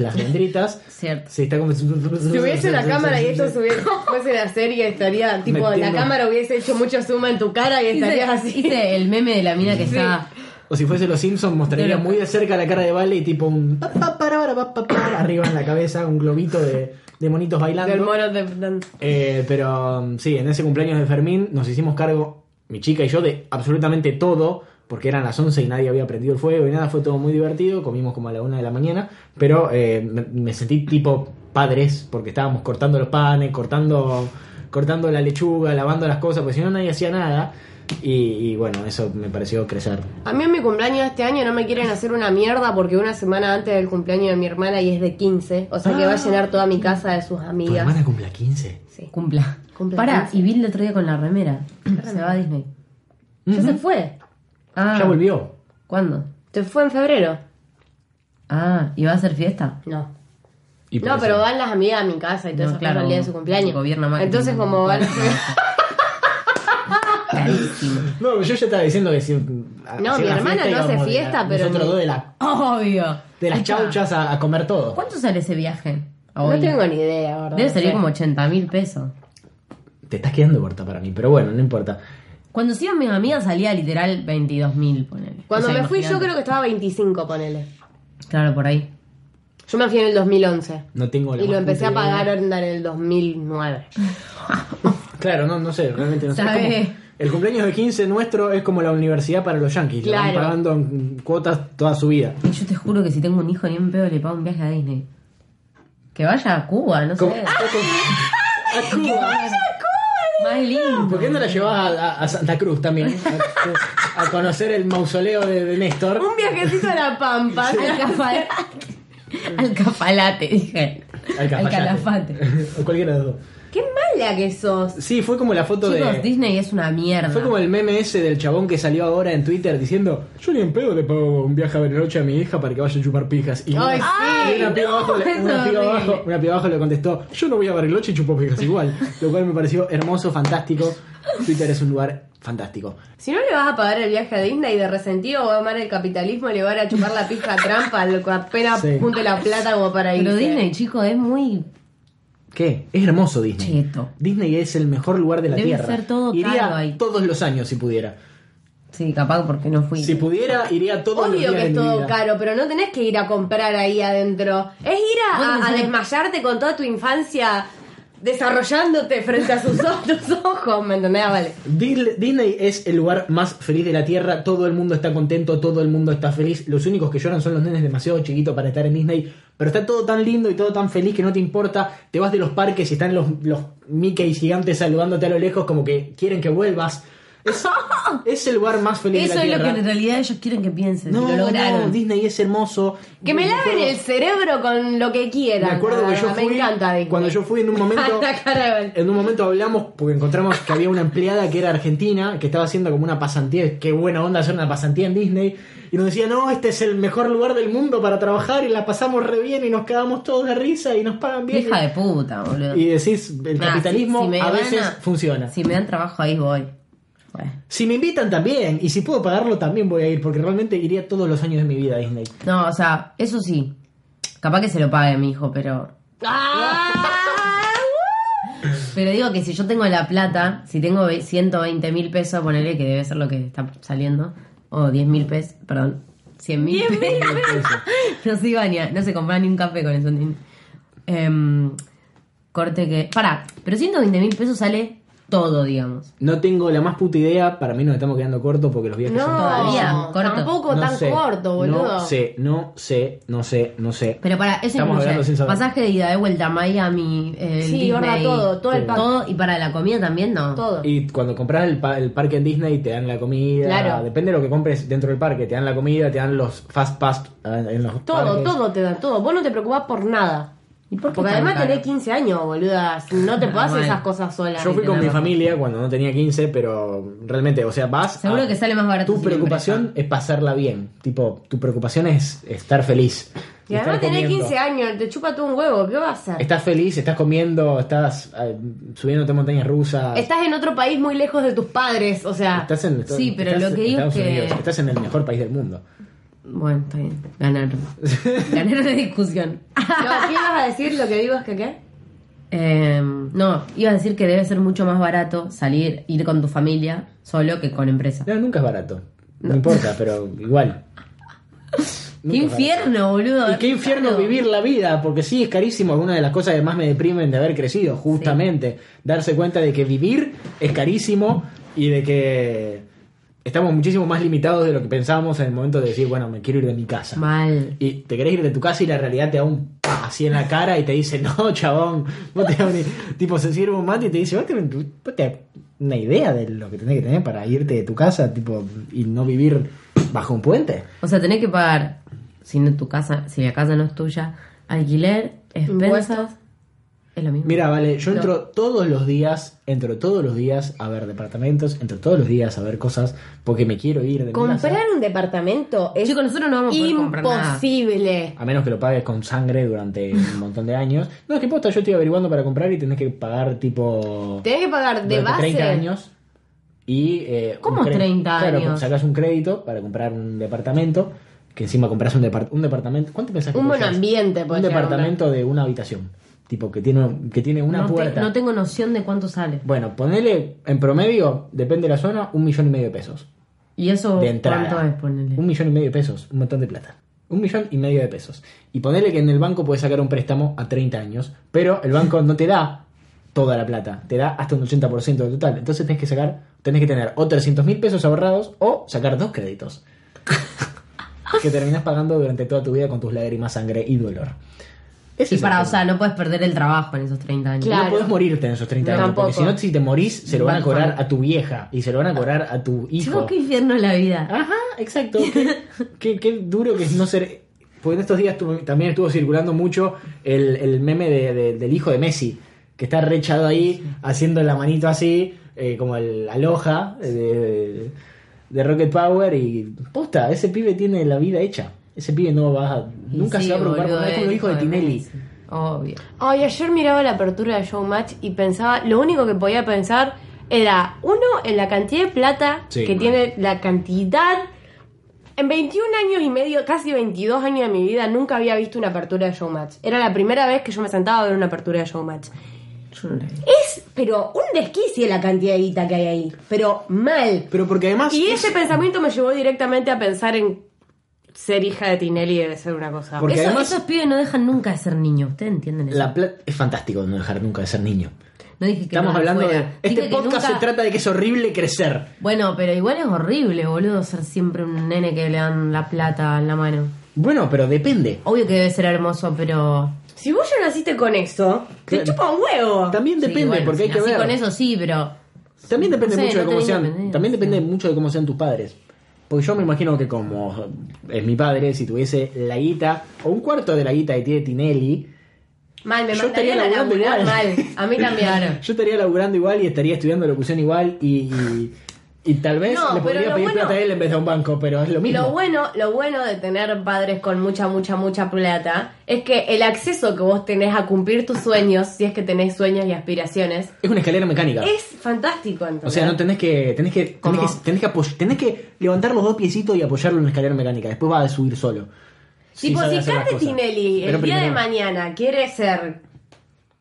las dendritas. Cierto. Se está como... Si Si hubiese la cámara y esto subiese, fuese la serie, estaría, tipo, la Metiendo. cámara hubiese hecho mucho suma en tu cara y Hice, estarías así. hice el meme de la mina que Sí. está... O si fuese los Simpsons, mostraría Pero- muy de cerca la cara de Vale y tipo un pa, pa, para, para, pa, pa, pa, arriba en la cabeza, un globito de, de monitos Del bailando. mono de... Eh, pero um, sí, en ese cumpleaños de Fermín nos hicimos cargo, mi chica y yo, de absolutamente todo, porque eran las 11 y nadie había prendido el fuego y nada, fue todo muy divertido, comimos como a la 1 de la mañana, pero eh, me, me sentí tipo padres, porque estábamos cortando los panes, cortando, cortando la lechuga, lavando las cosas, porque si no nadie hacía nada. Y, y bueno, eso me pareció crecer. A mí en mi cumpleaños este año no me quieren hacer una mierda porque una semana antes del cumpleaños de mi hermana y es de 15. O sea que va Ah. a llenar toda mi casa de sus Tu amigas. hermana cumple 15. Sí. Cumpla. Cumpla Para, 15. y Bill el otro día con la remera. Se va a Disney. Ya se fue. Ah, Ya volvió. ¿Cuándo? ¿Te fue en febrero? Ah, ¿y va a hacer fiesta? No. Y por No, eso- pero van las amigas a mi casa y todo No, eso claro, claro, el día de su cumpleaños. gobierno marketing. Entonces como van... Clarísimo. No, yo ya estaba diciendo que si. No, mi hermana no hace fiesta, pero Nosotros mi- dos de, la- Obvio. de las Escucha, chauchas a, a comer todo. ¿Cuánto sale ese viaje? no Hoy. tengo ni idea, ahora. Debe no salir sé. como 80 mil pesos. Te estás quedando corta para mí, pero bueno, no importa. Cuando se iban mis amigas salía literal 22 mil, ponele. Cuando O sea, me fui yo imagínate. creo que estaba 25, ponele. Claro, por ahí. Yo me fui en el 2011. No tengo la Y lo más empecé a puta idea. pagar onda en el 2009. Claro, no, no sé, realmente no sé. Sabe. Es como- el cumpleaños de 15 nuestro es como la universidad para los yankees. La van Claro. pagando en cuotas toda su vida. Y yo te juro que si tengo un hijo ni un pedo le pago un viaje a Disney. Que vaya a Cuba, no Como- sé. a Cuba. Más lindo. ¿Por qué no la llevas a, a- a Santa Cruz también? A, a conocer el mausoleo de, de Néstor. Un viajecito a la pampa. Al cafalate. Al cafalate, dije. Al Al Cafayate. calafate. o cualquiera de los dos. ¡Qué mala que sos! Sí, fue como la foto Chicos, de. Disney es una mierda. Fue como el meme ese del chabón que salió ahora en Twitter diciendo: Yo ni en pedo le pago un viaje a Bariloche a mi hija para que vaya a chupar pijas. Y una, Ay, sí, y una piba no, abajo, le- eso una es piba horrible. abajo- una piba abajo le contestó: Yo no voy a Bariloche y chupo pijas igual. Lo cual me pareció hermoso, fantástico. Twitter es un lugar fantástico. Si no le vas a pagar el viaje a Disney de resentido, va a amar el capitalismo y le va a ir a chupar la pija trampa al que apenas Sí. punte la plata como para irse. Pero Disney, chico, es muy ¿Qué? Es hermoso Disney. cheto. Disney es el mejor lugar de la Debe tierra. ser todo caro Iría ahí. todos los años si pudiera. Sí, capaz porque no fui. Si pudiera, iría todos los Obvio días que de es mi todo vida. caro, pero no tenés que ir a comprar ahí adentro. Es ir a, Bueno, a- a sí. desmayarte con toda tu infancia desarrollándote frente a sus o- tus ojos, ¿me entendés? Ah, vale. Dis- Disney es el lugar más feliz de la tierra, todo el mundo está contento, todo el mundo está feliz, los únicos que lloran son los nenes demasiado chiquitos para estar en Disney, pero está todo tan lindo y todo tan feliz que no te importa, te vas de los parques y están los, los Mickey gigantes saludándote a lo lejos como que quieren que vuelvas. Es, es el lugar más feliz Eso de la es lo tierra. que en realidad ellos quieren que piensen. no, y lo no, lograron. Disney es hermoso. Que me laven acuerdo- el cerebro con lo que quieran. Ah, Me acuerdo que yo Me fui, encanta Disney. cuando yo fui en un momento... La cara de Val- En un momento hablamos porque encontramos que había una empleada que era argentina, que estaba haciendo como una pasantía, qué buena onda hacer una pasantía en Disney, y nos decía, no, este es el mejor lugar del mundo para trabajar y la pasamos re bien y nos cagamos todos de risa y nos pagan bien. Hija de puta, boludo. Y decís, el Nah, capitalismo si- si me a van veces a- funciona. Si me dan trabajo ahí voy. Bueno. Si me invitan también, y si puedo pagarlo también voy a ir, porque realmente iría todos los años de mi vida a Disney. No, o sea, eso sí. Capaz que se lo pague a mi hijo, pero. ¡Ah! Pero digo que si yo tengo la plata, si tengo ve- 120 mil pesos, ponele que debe ser lo que está saliendo, o 10 mil pesos, perdón, 100 mil pesos. no se iba ni a- no se compraba ni un café con eso. ni- Em, corte que. Pará, pero 120 mil pesos sale todo, digamos. No tengo la más puta idea, para mí nos estamos quedando cortos porque los viajes No, son todos- todavía, corto. tampoco tan corto, boludo. No sé, no sé, no sé, no sé. Pero para, eso Estamos hablando sin incluye saber. pasaje de ida de vuelta a Miami, eh, el Sí, gorda, Disney, todo, todo el Sí. pack, todo, y para la comida también, ¿no? todo. Y cuando compras el, pa- el parque en Disney te dan la comida, Claro. depende de lo que compres dentro del parque, te dan la comida, te dan los fast pass eh, en los Todo, parques. todo te dan, todo. Vos no te preocupás por nada. ¿Y por qué Porque tan además caro? Ah, tenés 15 años, boluda. No te podés hacer bueno. esas cosas sola. Yo fui con mi Tenés razón. familia cuando no tenía 15, pero realmente, o sea, vas Seguro a- que sale más barato Ah, Tu siempre, preocupación es pasarla bien, tipo, tu preocupación es estar feliz. Y además estar tenés comiendo. 15 años, te chupa todo un huevo, ¿qué vas a hacer? Estás feliz, estás comiendo, estás eh, subiéndote a montañas rusas. Estás en otro país muy lejos de tus padres, o sea. Estás en, Sí, pero estás lo que en digo es Estados que- Unidos, estás en el mejor país del mundo. Bueno, está bien. Ganaron. Ganaron la discusión. No, ¿Qué ibas a decir? Lo que digo es que qué. Eh, no, iba a decir que debe ser mucho más barato salir, ir con tu familia solo que con empresa. No, nunca es barato. No, importa, pero igual. ¡Qué Nunca es infierno, boludo! barato. Y qué infierno Claro. vivir la vida, porque sí es carísimo, es una de las cosas que más me deprimen de haber crecido, justamente. Darse cuenta de que vivir es carísimo y de que estamos muchísimo más limitados de lo que pensábamos en el momento de decir, bueno, me quiero ir de mi casa. Mal. Y te querés ir de tu casa y la realidad te da un pa así en la cara y te dice, no, chabón, vos te vas a venir". Tipo, se sirve un mate y te dice, vos te, vos te- una idea de lo que tenés que tener para irte de tu casa, tipo, y no vivir bajo un puente. O sea, tenés que pagar, si no tu casa, si la casa no es tuya, alquiler, Impuestos. expensas. Es lo mismo. Mira, vale, yo entro todos los días, entro todos los días a ver departamentos, entro todos los días a ver cosas, porque me quiero ir de mi casa. Comprar un departamento es Chicos, nosotros no vamos a poder comprar nada. imposible. A menos que lo pagues con sangre durante un montón de años. No, es que posta, yo estoy averiguando para comprar y tenés que pagar tipo... Tenés que pagar de durante base. 30 años y eh, ¿Cómo un cre- 30 Claro, años? sacas un crédito para comprar un departamento, que encima compras un, depart- un departamento, ¿cuánto pensás que Un costás? monoambiente, Un podés llegar a departamento de una habitación, tipo que tiene que tiene una no, te- puerta. no tengo noción de cuánto sale. Bueno, ponele en promedio, depende de la zona, un millón y medio de pesos Y eso, de entrada. ¿cuánto es? Ponele. Un millón y medio de pesos, un montón de plata. Un millón y medio de pesos. Y ponele que en el banco puedes sacar un préstamo a 30 años, pero el banco no te da toda la plata, te da hasta un 80% del total. Entonces tenés que sacar, tenés que tener o 300 mil pesos ahorrados o sacar dos créditos. que terminás pagando durante toda tu vida con tus lágrimas, sangre y dolor. Y Ese es el para, o tema. sea, no puedes perder el trabajo en esos 30 años. Claro. No podés morirte en esos 30 No, años, porque si tampoco. no, si te morís, se lo van a Banco. cobrar a tu vieja y se lo van a cobrar a tu hijo. Chicos, qué infierno es la vida. Ajá, exacto. Qué, qué- qué duro que es no ser. Porque en estos días tu- también estuvo circulando mucho el, el meme de- de- del hijo de Messi. que está rechado ahí, haciendo la manito así, eh, como el, la loja eh, de, de Rocket Power. Y posta, ese pibe tiene la vida hecha. Ese pibe no va a- nunca Sí, se va a preocupar boludo, por nada, es como el el hijo de Tinelli. Messi. Obvio. Ay, ayer miraba la apertura de Showmatch y pensaba, lo único que podía pensar era, uno, en la cantidad de plata Sí, que mal. tiene la cantidad. En 21 años y medio, casi 22 años de mi vida, nunca había visto una apertura de Showmatch. Era la primera vez que yo me sentaba a ver una apertura de Showmatch. Yo no la vi. Es, pero, un desquicio la cantidad de guita que hay ahí. Pero mal. Pero porque además. Y es- ese pensamiento me llevó directamente a pensar en ser hija de Tinelli debe ser una cosa. Porque Eso- además- esos pibes no dejan nunca de ser niños, ¿ustedes entienden eso? La plata es fantástico no dejar nunca de ser niño. No dije que no Estamos lo hablando fuera. de. Dije Este que podcast nunca- se trata de que es horrible crecer. Bueno, pero igual es horrible, boludo, ser siempre un nene que le dan la plata en la mano. Bueno, pero depende. Obvio que debe ser hermoso, pero. Si vos ya naciste con eso, te Claro. chupa un huevo. También depende, Sí, bueno, porque hay si que nací ver. con eso sí, pero. También depende No sé, mucho de no cómo tenía sean. independencia. También depende mucho de cómo sean tus padres. Porque yo me imagino que como es mi padre, si tuviese la guita, o un cuarto de la guita que tiene Tinelli, Mal, me Yo mandarían a estaría laburando laburar mal. igual. A mí también. yo estaría laburando igual y estaría estudiando locución igual y, y, y tal vez No, le pero podría lo pedir bueno- plata a él en vez de a un banco, pero es lo mismo. Lo bueno, lo bueno de tener padres con mucha, mucha, mucha plata es que el acceso que vos tenés a cumplir tus sueños, si es que tenés sueños y aspiraciones, Es una escalera mecánica. es fantástico, entonces. O sea, no tenés que tenés que tenés ¿Cómo? que, tenés que, apoy- tenés que levantar los dos piecitos y apoyarlo en la escalera mecánica. Después va a subir solo. tipo, sabe si hacer las Cate cosas. Tinelli el Pero día de primero- mañana quiere ser.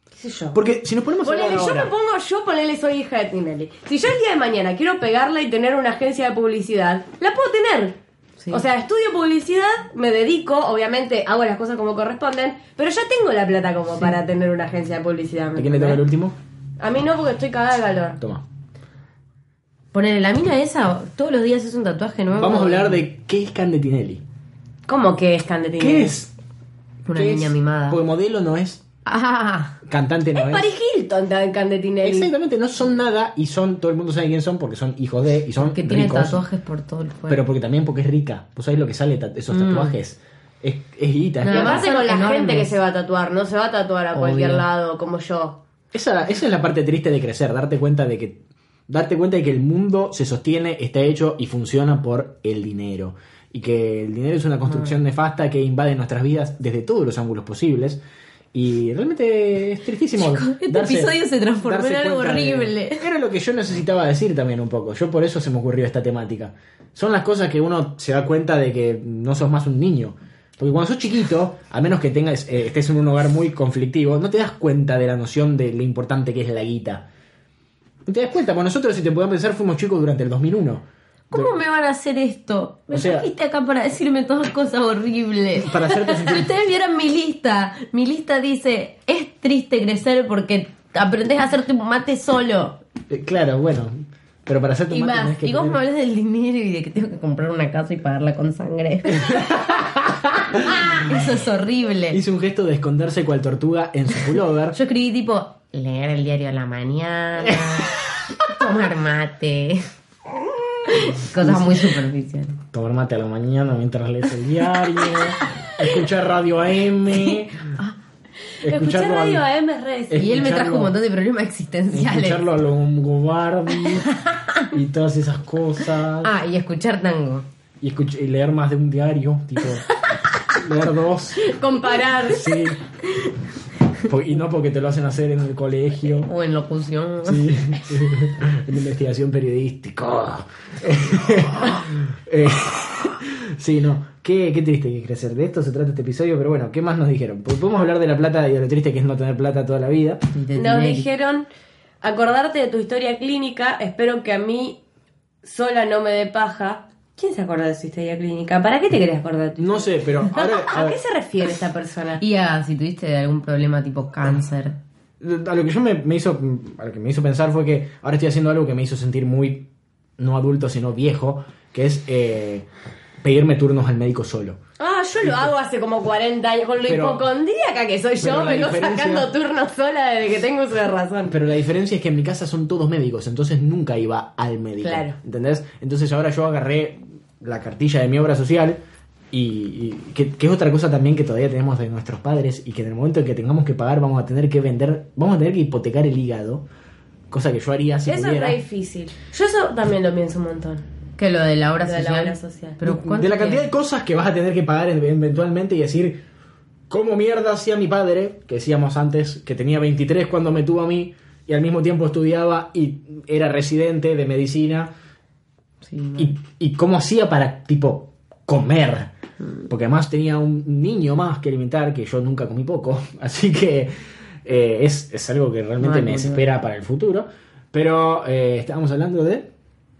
qué sé yo. Porque si nos ponemos a Ponele, hablar yo me ahora- pongo, yo ponele, soy hija de Tinelli. Si yo el día de mañana quiero pegarla y tener una agencia de publicidad, la puedo tener. Sí. O sea, estudio publicidad, me dedico, obviamente hago las cosas como corresponden, pero ya tengo la plata como para tener una agencia de publicidad. ¿me ¿A quién le toca el entendés? último? A mí no, porque estoy cagada de calor. Toma. Ponerle la mina esa, todos los días es un tatuaje nuevo. Vamos a hablar de qué es Candetinelli. ¿Cómo que es Cande Tinelli? ¿Qué es? Una ¿Qué niña es? mimada. Porque modelo no es, Ah, cantante no Es es. Paris Hilton de Cande Tinelli. Exactamente, no son nada y son, todo el mundo sabe quién son porque son hijos de y son que tiene ricos. tatuajes pues. por todo el cuerpo. Pero porque también porque es rica. ¿Vos sabés lo que sale de ta- esos tatuajes? Es, es guita. es No, Y plata. además- aparte con la Ah, Enormes. gente que se va a tatuar, no se va a tatuar a Obvio. cualquier lado, como yo. Esa, esa es la parte triste de crecer, darte cuenta de que darte cuenta de que el mundo se sostiene, está hecho y funciona por el dinero. Y que el dinero es una construcción Mm. nefasta que invade nuestras vidas desde todos los ángulos posibles. Y realmente es tristísimo. este episodio se transformó en darse algo cuenta de- horrible. era lo que yo necesitaba decir también un poco. Yo por eso se me ocurrió esta temática. Son las cosas que uno se da cuenta de que no sos más un niño. Porque cuando sos chiquito, a menos que tengas, eh, estés en un hogar muy conflictivo, no te das cuenta de la noción de lo importante que es la guita. No te das cuenta, porque nosotros, si te podés pensar, fuimos chicos durante el 2001. ¿Cómo me van a hacer esto? Me O sea- trajiste acá para decirme todas cosas horribles. Para hacerte sentir- Si ustedes vieran mi lista, mi lista dice, es triste crecer porque aprendes a hacerte un mate solo. Eh, claro, bueno. Pero para hacerte un Y mate tenés más, que y vos tener- me hablas del dinero y de que tengo que comprar una casa y pagarla con sangre. Eso es horrible. Hice un gesto de esconderse cual tortuga en su pullover. Yo escribí tipo, leer el diario a la mañana, tomar mate. Cosas muy superficiales. tomar mate a la mañana mientras lees el diario, escuchar radio AM, Escuchar escucharlo radio al- AM es re Eh, Y él me Escucharlo- trajo un montón de problemas existenciales. escucharlo a Longobardi y todas esas cosas Ah, y escuchar tango. y, escuch- y leer más de un diario, tipo leer dos, comparar. sí, Po- y no porque te lo hacen hacer en el colegio. O en locución. Sí. En investigación periodística. Eh, sí, no. Qué, qué triste que es crecer. De esto se trata este episodio, pero bueno, ¿qué más nos dijeron? Porque podemos hablar de la plata y de lo triste que es no tener plata toda la vida. Y te Nos tiré. dijeron, acordarte de tu historia clínica, espero que a mí sola no me dé paja. ¿Quién se acuerda de su historia clínica? ¿Para qué te querés acordar? de tu No sé, pero ahora. historia? A, ¿A qué se refiere esta persona? Y ah, si tuviste algún problema tipo cáncer. a lo que yo me, me hizo. A lo que me hizo pensar fue que ahora estoy haciendo algo que me hizo sentir muy. No adulto, sino viejo. Que es eh, pedirme turnos al médico solo. Ah, yo lo hago hace como 40 años, con lo Pero- hipocondríaca que soy yo, pero la vengo diferencia- sacando turnos sola desde que tengo uso de razón. Pero la diferencia es que en mi casa son todos médicos, entonces nunca iba al médico. Claro. ¿Entendés? Entonces ahora yo agarré la cartilla de mi obra social Y, y que, que es otra cosa también que todavía tenemos de nuestros padres y que en el momento en que tengamos que pagar vamos a tener que vender, vamos a tener que hipotecar el hígado, cosa que yo haría si Eso es pudiera. re difícil. Yo eso también lo pienso un montón. Que lo de la obra Lo de la social. obra social. Pero de ¿cuánto la cantidad tiene? de cosas que vas a tener que pagar ev- eventualmente y decir, ¿cómo mierda hacía mi padre? Que decíamos antes que tenía 23 cuando me tuvo a mí y al mismo tiempo estudiaba y era residente de medicina. Sí, no. Y, y cómo hacía para, tipo, comer. Porque además tenía un niño más que alimentar, que yo nunca comí poco. Así que eh, es, es algo que realmente Ay, me boludo. desespera para el futuro. Pero eh, estábamos hablando de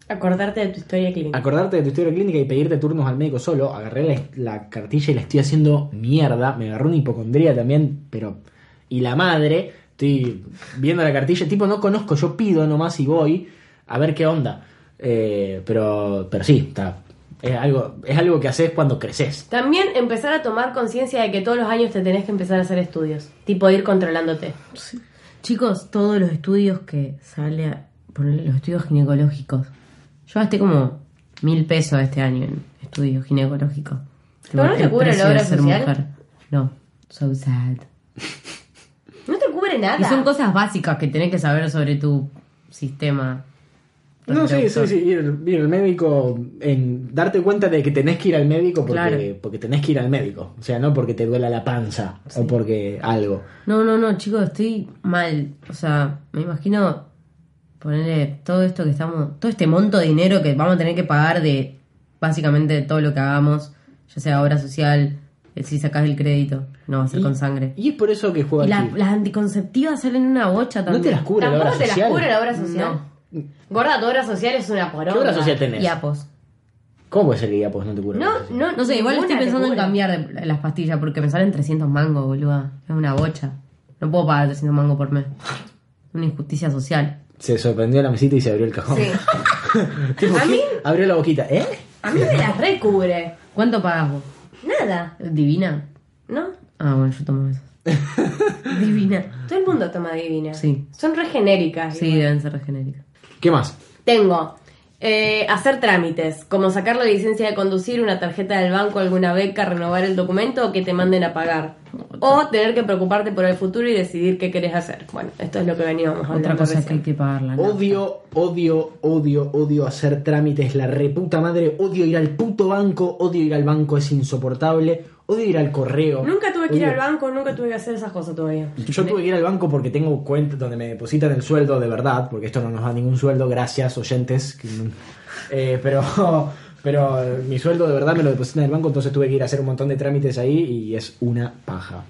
Acordarte de tu historia clínica. acordarte de tu historia clínica y pedirte turnos al médico solo. Agarré la, la cartilla y la estoy haciendo mierda. Me agarró una hipocondría también, pero. Y la madre, estoy viendo la cartilla. Tipo, no conozco, yo pido nomás y voy a ver qué onda. Eh, pero, pero sí, está. Es algo, es algo que haces cuando creces. También empezar a tomar conciencia de que todos los años te tenés que empezar a hacer estudios. Tipo ir controlándote. Chicos, todos los estudios que sale, a- ponerle los estudios ginecológicos. Yo gasté como mil pesos este año en estudios ginecológicos. ¿Pero no te El cubre la precio de obra ser social? mujer. No, so sad. No te cubre nada. Y son cosas básicas que tenés que saber sobre tu sistema. No, sí, sí, reproductor. sí, ir, ir al médico, en darte cuenta de que tenés que ir al médico porque, Claro. porque tenés que ir al médico. O sea, no porque te duela la panza o porque algo. No, no, no, chicos, estoy mal. O sea, me imagino ponerle todo esto que estamos, todo este monto de dinero que vamos a tener que pagar de básicamente de todo lo que hagamos, ya sea obra social, eh, si sacas el crédito, no va a ser Y- con sangre. Y es por eso que juega Y el las, Kid. las anticonceptivas salen una bocha No también. te las cubre la Tampoco obra te las social. cubre la obra social. Gorda, tu obra social es una poronga. ¿Qué obra social tenés? Y apos. ¿Cómo puede ser que IAPOS no te cubre la obra No, social? no, No sé, igual estoy ninguna te pensando en cubre. cambiar de- las pastillas porque me salen 300 mangos, boluda. Es una bocha. No puedo pagar 300 mangos por mes. Una injusticia social. Se sorprendió la mesita y se abrió el cajón. Sí. Tipo, A ¿qué? mí- Abrió la boquita. ¿Eh? A mí me las recubre. ¿Cuánto pagas vos? Nada, ¿Divina? ¿no? Ah, bueno, yo tomo eso. Divina. Todo el mundo toma divina. Sí. Son re genéricas. Sí, deben ser regenéricas. ¿Qué más? Tengo eh, hacer trámites, como sacar la licencia de conducir, una tarjeta del banco, alguna beca, renovar el documento o que te manden a pagar. O tener que preocuparte por el futuro y decidir qué querés hacer. Bueno, esto es lo que veníamos hablando. Otra cosa que hay recién. que pagarla. ¿no? Odio, odio, odio, odio hacer trámites, la reputa madre. Odio ir al puto banco, odio ir al banco, es insoportable. Odio ir al correo. Nunca tuve que ir Odio- al banco, nunca tuve que hacer esas cosas todavía. Yo tuve que ir al banco porque tengo cuenta donde me depositan el sueldo de verdad, porque esto no nos da ningún sueldo, gracias oyentes. que no- Eh, pero, pero mi sueldo de verdad me lo depositan en el banco, entonces tuve que ir a hacer un montón de trámites ahí y es una paja.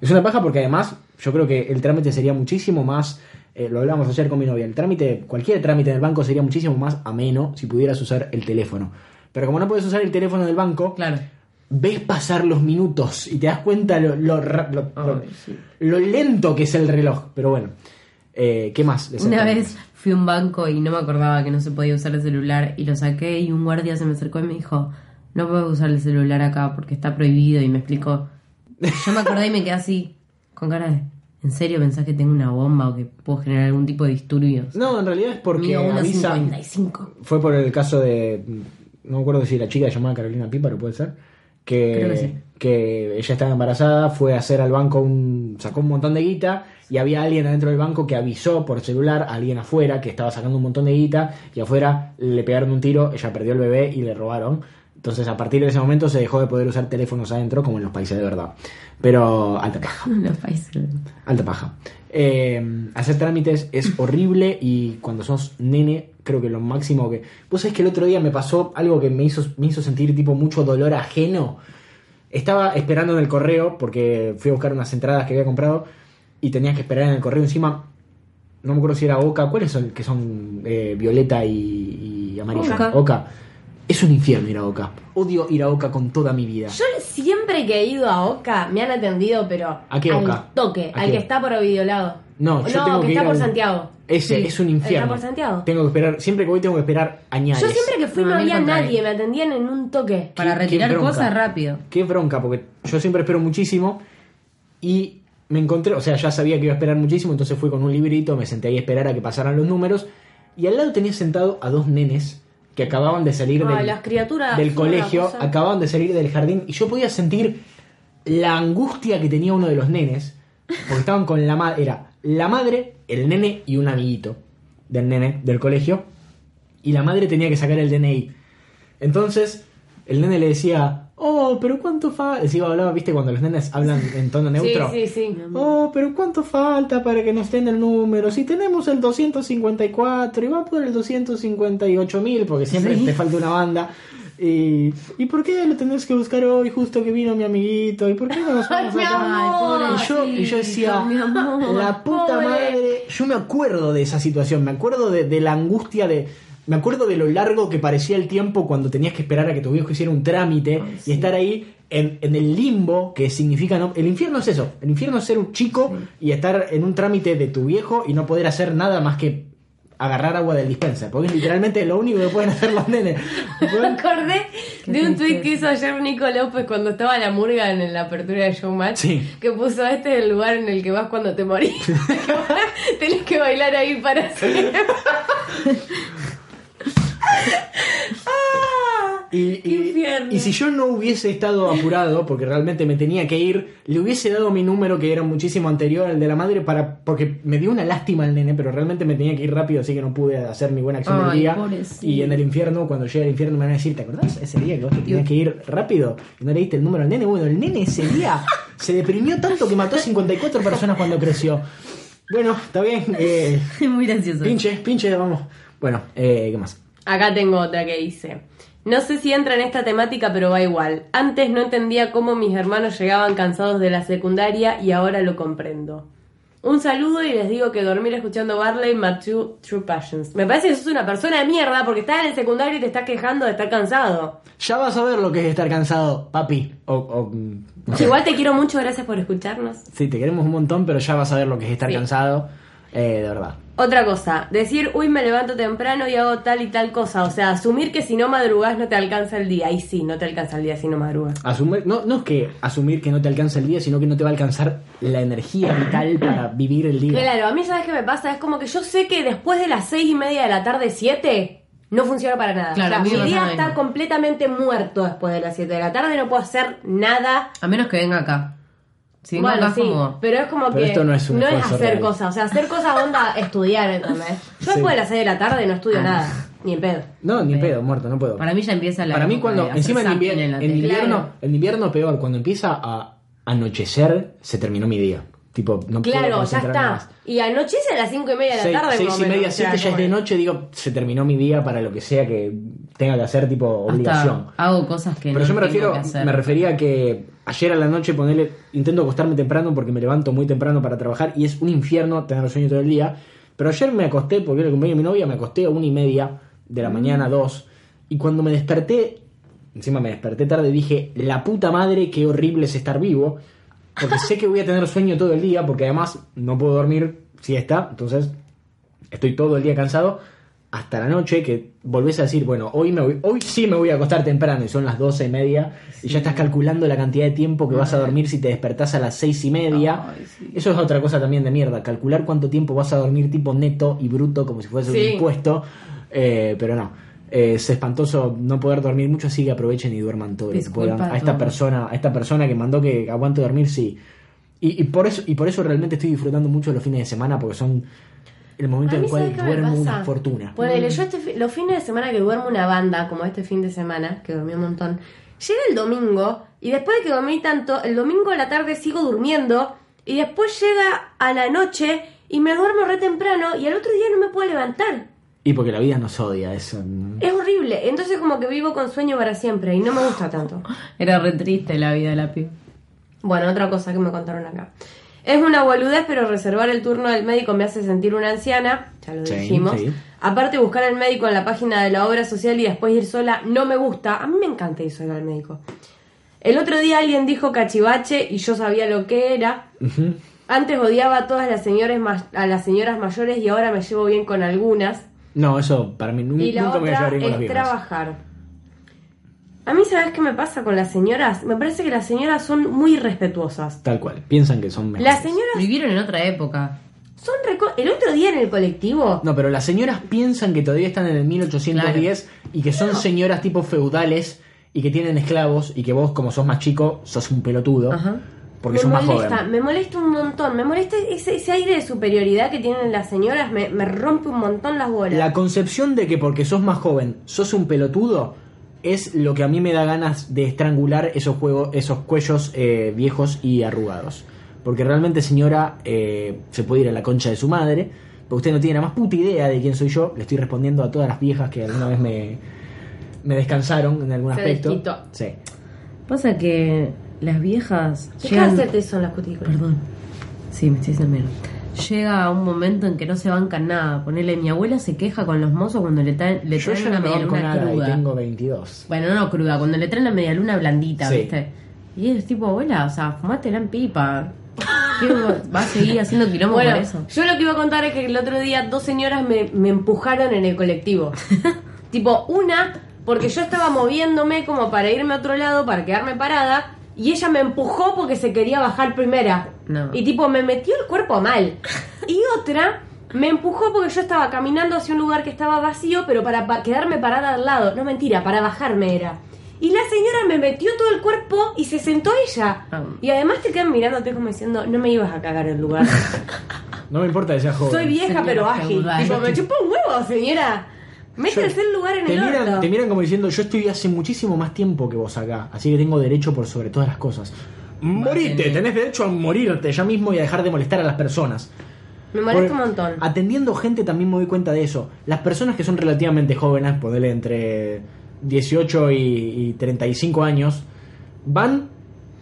Es una paja porque además yo creo que el trámite sería muchísimo más, eh, lo hablábamos ayer con mi novia, el trámite, cualquier trámite del banco sería muchísimo más ameno si pudieras usar el teléfono. Pero como no puedes usar el teléfono del banco, Claro. ves pasar los minutos y te das cuenta lo, lo ra- lo- lo- lo lento que es el reloj. Pero bueno, eh, ¿qué más? de Una cercano? vez fui a un banco y no me acordaba que no se podía usar el celular y lo saqué y un guardia se me acercó y me dijo, no puedo usar el celular acá porque está prohibido y me explicó. Yo me acordé y me quedé así, con cara de, ¿en serio pensás que tengo una bomba o que puedo generar algún tipo de disturbios? No, en realidad es porque Mido avisa- 1.55. Fue por el caso de. No me acuerdo si la chica llamada Carolina Píparo, puede ser. Que, Creo que sí. que ella estaba embarazada, fue a hacer al banco un. sacó un montón de guita y había alguien adentro del banco que avisó por celular a alguien afuera que estaba sacando un montón de guita y afuera le pegaron un tiro, ella perdió el bebé y le robaron. Entonces a partir de ese momento se dejó de poder usar teléfonos adentro como en los países de verdad. Pero alta paja. Los países. Alta paja. Eh, hacer trámites es horrible y cuando sos nene, creo que lo máximo que. Vos sabés que el otro día me pasó algo que me hizo, me hizo sentir tipo mucho dolor ajeno. Estaba esperando en el correo porque fui a buscar unas entradas que había comprado y tenía que esperar en el correo. Encima, no me acuerdo si era Oca. ¿Cuáles son que son eh, violeta y, y amarilla? Oca. Es un infierno ir a Oca. Odio ir a Oca con toda mi vida. Yo siempre que he ido a Oca me han atendido, pero ¿A qué al Oca? toque, ¿A al qué? que está por Ovidiolado. No, yo tengo que, que está ir por al- Santiago. Ese Sí. es un infierno. por Santiago? Tengo que esperar, siempre que voy tengo que esperar añades. Yo siempre que fui No, no, a mí había al contrario. nadie, me atendían en un toque. Para qué retirar bronca. cosas rápido. Qué bronca, porque yo siempre espero muchísimo y me encontré, o sea, ya sabía que iba a esperar muchísimo, entonces fui con un librito, me senté ahí a esperar a que pasaran los números y al lado tenía sentado a dos nenes que acababan de salir Ay, del, Ah, las criaturas del son colegio, una cosa. acababan de salir del jardín y yo podía sentir la angustia que tenía uno de los nenes, porque estaban con la madre, era la madre, el nene y un amiguito del nene del colegio, y la madre tenía que sacar el DNI. Entonces, el nene le decía, oh, pero ¿cuánto falta? Decía, hablaba, viste, cuando los nenes hablan en tono neutro. Sí, sí, sí. Oh, pero ¿cuánto falta para que nos den el número? Si tenemos el 254 y va por el 258.000, porque siempre te falta una banda. Y, ¿Y por qué lo tenés que buscar hoy justo que vino mi amiguito? ¿Y por qué no nos vamos a mi tomar? amor, y, yo, y yo decía, mi amor, la puta pobre". madre. Yo me acuerdo de esa situación, me acuerdo de, de la angustia de. Me acuerdo de lo largo que parecía el tiempo cuando tenías que esperar a que tu viejo hiciera un trámite y estar ahí en, en el limbo que significa. No, el infierno es eso. El infierno es ser un chico y estar en un trámite de tu viejo y no poder hacer nada más que agarrar agua del dispenser. Porque es literalmente lo único que pueden hacer los nenes. Me Pueden- acordé de un tweet tristeza. que hizo ayer Nico López cuando estaba la murga en la apertura de Showmatch. Sí. Que puso este es el lugar en el que vas cuando te morís. Tenés que bailar ahí para siempre. Y, ¡Qué y- infierno! y si yo no hubiese estado apurado, porque realmente me tenía que ir, le hubiese dado mi número que era muchísimo anterior al de la madre, para porque me dio una lástima al nene, pero realmente me tenía que ir rápido, así que no pude hacer mi buena acción del Ay, día. pobrecito. Y en el infierno, cuando llegue al infierno, me van a decir, ¿te acordás ese día que vos te tenías que ir rápido y no le diste el número al nene? Bueno, el nene ese día se deprimió tanto que mató a 54 personas cuando creció. Bueno, está bien. eh, Muy gracioso. pinche, pinche, vamos. Bueno, eh, ¿qué más? Acá tengo otra que dice. No sé si entra en esta temática, pero va igual. Antes no entendía cómo mis hermanos llegaban cansados de la secundaria y ahora lo comprendo. Un saludo y les digo que dormir escuchando Barley mató True Passions. Me parece que sos una persona de mierda porque estás en el secundario y te estás quejando de estar cansado. Ya vas a ver lo que es estar cansado, papi. O, o, mm, no sé. Igual te quiero mucho, gracias por escucharnos. Sí, te queremos un montón, pero ya vas a ver lo que es estar Sí. cansado. eh, de verdad. Otra cosa, decir, uy, me levanto temprano y hago tal y tal cosa. O sea, asumir que si no madrugás no te alcanza el día. Y sí, no te alcanza el día si no madrugas. Asumir, no, no es que asumir que no te alcanza el día, sino que no te va a alcanzar la energía vital para vivir el día. Claro, a mí sabes qué me pasa, es como que yo sé que después de las seis y media de la tarde, siete, no funciona para nada. Claro, a o mí sea, me mi pasa día lo está mismo. completamente muerto después de las siete de la tarde, no puedo hacer nada. A menos que venga acá. Si venga bueno, acá sí, es como... pero es como Pero que esto no es un esfuerzo hacer real. cosas, o sea, hacer cosas onda estudiar, ¿entendés? Yo después de las seis de la tarde no estudio nada, ni en pedo. No, ni pedo, muerto, no puedo. Para mí ya empieza la... Para mí época cuando, de encima en, hacer invier- zapping la en tele. invierno, Claro. en invierno peor, cuando empieza a anochecer, se terminó mi día. Tipo, no puedo Claro, ya concentrarme está. más. Y anochece a las cinco y media de Seis- la tarde. seis más o y menos, media, o sea, siete ya es de como- noche, digo, se terminó mi día para lo que sea que tenga que hacer, tipo obligación. Hasta hago cosas que Pero no yo me tengo refiero, que hacer. me refería a que ayer a la noche ponerle, intento acostarme temprano porque me levanto muy temprano para trabajar y es un infierno tener sueño todo el día. Pero ayer me acosté, porque era el cumpleaños de mi novia, me acosté a una y media de Mm. la mañana, dos. Y cuando me desperté, encima me desperté tarde, dije, la puta madre, qué horrible es estar vivo. Porque sé que voy a tener sueño todo el día, porque además no puedo dormir siesta, entonces estoy todo el día cansado hasta la noche que volvés a decir, bueno, hoy me voy- hoy sí me voy a acostar temprano y son las doce y media y ya estás calculando la cantidad de tiempo que vas a dormir si te despertás a las seis y media. Ay, sí. Eso es otra cosa también de mierda, calcular cuánto tiempo vas a dormir tipo neto y bruto como si fuese Sí. un impuesto, Eh, pero no. Eh, es espantoso no poder dormir mucho, así que aprovechen y duerman todo lo que Disculpa puedan. a A esta todos. persona, a esta persona que mandó que aguante dormir, sí. Y, y por eso, y por eso realmente estoy disfrutando mucho los fines de semana, porque son el A momento en mí, el cual ¿sabes qué me duermo pasa? una fortuna. Ponele, yo este fi- los fines de semana que duermo una banda, como este fin de semana, que dormí un montón, llega el domingo y después de que dormí tanto, el domingo a la tarde sigo durmiendo y después llega a la noche y me duermo re temprano y al otro día no me puedo levantar. Y porque la vida nos odia eso. ¿no? Es horrible. Entonces como que vivo con sueño para siempre y no me gusta tanto. Era re triste la vida de la piba. Bueno, otra cosa que me contaron acá. Es una boludez, pero reservar el turno del médico me hace sentir una anciana. Ya lo Sí, dijimos. sí. Aparte, buscar al médico en la página de la obra social y después ir sola no me gusta. A mí me encanta ir sola al médico. El otro día alguien dijo cachivache y yo sabía lo que era. Antes odiaba a todas las señores ma- a las señoras mayores y ahora me llevo bien con algunas. No, eso para mí nun- Y la nunca me voy a otra llevar bien con las es viejas. trabajar. A mí, ¿sabes qué me pasa con las señoras? Me parece que las señoras son muy respetuosas. Tal cual, piensan que son mejores. Las señoras. Vivieron en otra época. Son reco- El otro día en el colectivo. No, pero las señoras piensan que todavía están en el 1810 y que son señoras tipo feudales y que tienen esclavos y que vos, como sos más chico, sos un pelotudo. Ajá. Porque me sos más molesta, joven. me molesta un montón. Me molesta ese, ese aire de superioridad que tienen las señoras. Me, me rompe un montón las bolas. La concepción de que porque sos más joven sos un pelotudo es lo que a mí me da ganas de estrangular esos, juegos, esos cuellos eh, viejos y arrugados. Porque realmente, señora, eh, se puede ir a la concha de su madre. Pero usted no tiene la más puta idea de quién soy yo. Le estoy respondiendo a todas las viejas que alguna vez me, me descansaron en algún Se aspecto. desquitó. Sí. Pasa que las viejas. ¿Qué llegan- hacerte son las cutículas? Perdón. Sí, me estoy diciendo menos. Llega un momento en que no se bancan nada. Ponele, mi abuela se queja con los mozos cuando le, traen- le Yo traen ya una no me media banco luna nada y cruda. tengo 22. Bueno, no cruda, cuando le traen la media luna blandita, Sí. ¿viste? Y es tipo, abuela, o sea, fumátela en pipa. ¿Qué va- va a seguir haciendo quilombo Bueno, por eso? yo lo que iba a contar es que el otro día dos señoras me, me empujaron en el colectivo. tipo, una, porque yo estaba moviéndome como para irme a otro lado, para quedarme parada, y ella me empujó porque se quería bajar primera. No. Y tipo, me metió el cuerpo mal. Y otra, me empujó porque yo estaba caminando hacia un lugar que estaba vacío, pero para pa- quedarme parada al lado. No, mentira, para bajarme era. Y la señora me metió todo el cuerpo y se sentó ella. Ah. Y además te quedan mirándote como diciendo, no me ibas a cagar el lugar. No me importa que seas joven. Soy vieja Señora pero ágil. feudal. Tipo, me chupó un huevo, señora. Yo- Métese el lugar en te el miran, orto. Te miran como diciendo, yo estoy hace muchísimo más tiempo que vos acá, así que tengo derecho por sobre todas las cosas. Morite, Mantener. tenés derecho a morirte ya mismo y a dejar de molestar a las personas. Me molesta un Porque montón. Atendiendo gente también me doy cuenta de eso. Las personas que son relativamente jóvenes, ponerle entre 18 y, y 35 años, van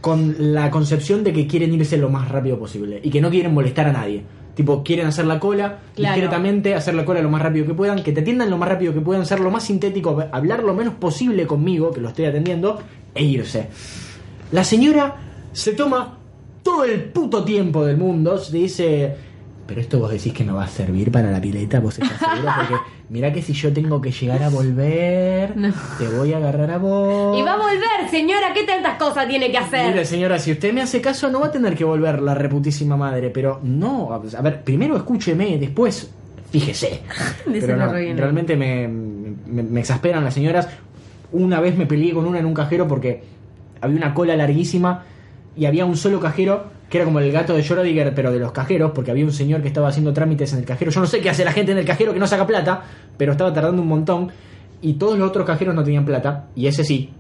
con la concepción de que quieren irse lo más rápido posible y que no quieren molestar a nadie. Tipo, quieren hacer la cola, Claro. discretamente, hacer la cola lo más rápido que puedan, que te atiendan lo más rápido que puedan, ser lo más sintético, hablar lo menos posible conmigo, que lo estoy atendiendo, e irse. La señora se toma todo el puto tiempo del mundo, se dice, pero esto vos decís que no va a servir para la pileta, vos estás seguro, porque mirá que si yo tengo que llegar a volver, No. te voy a agarrar a vos. Y va a volver, señora, ¿qué tantas cosas tiene que hacer? Mire, señora, si usted me hace caso, no va a tener que volver la reputísima madre, pero no, a ver, primero escúcheme, después fíjese. Dice Pero la no, reina. realmente me, me- me exasperan las señoras. Una vez me peleé con una en un cajero porque había una cola larguísima y había un solo cajero que era como el gato de Schrödinger, pero de los cajeros, porque había un señor que estaba haciendo trámites en el cajero. Yo no sé qué hace la gente en el cajero que no saca plata, pero estaba tardando un montón y todos los otros cajeros no tenían plata y ese sí.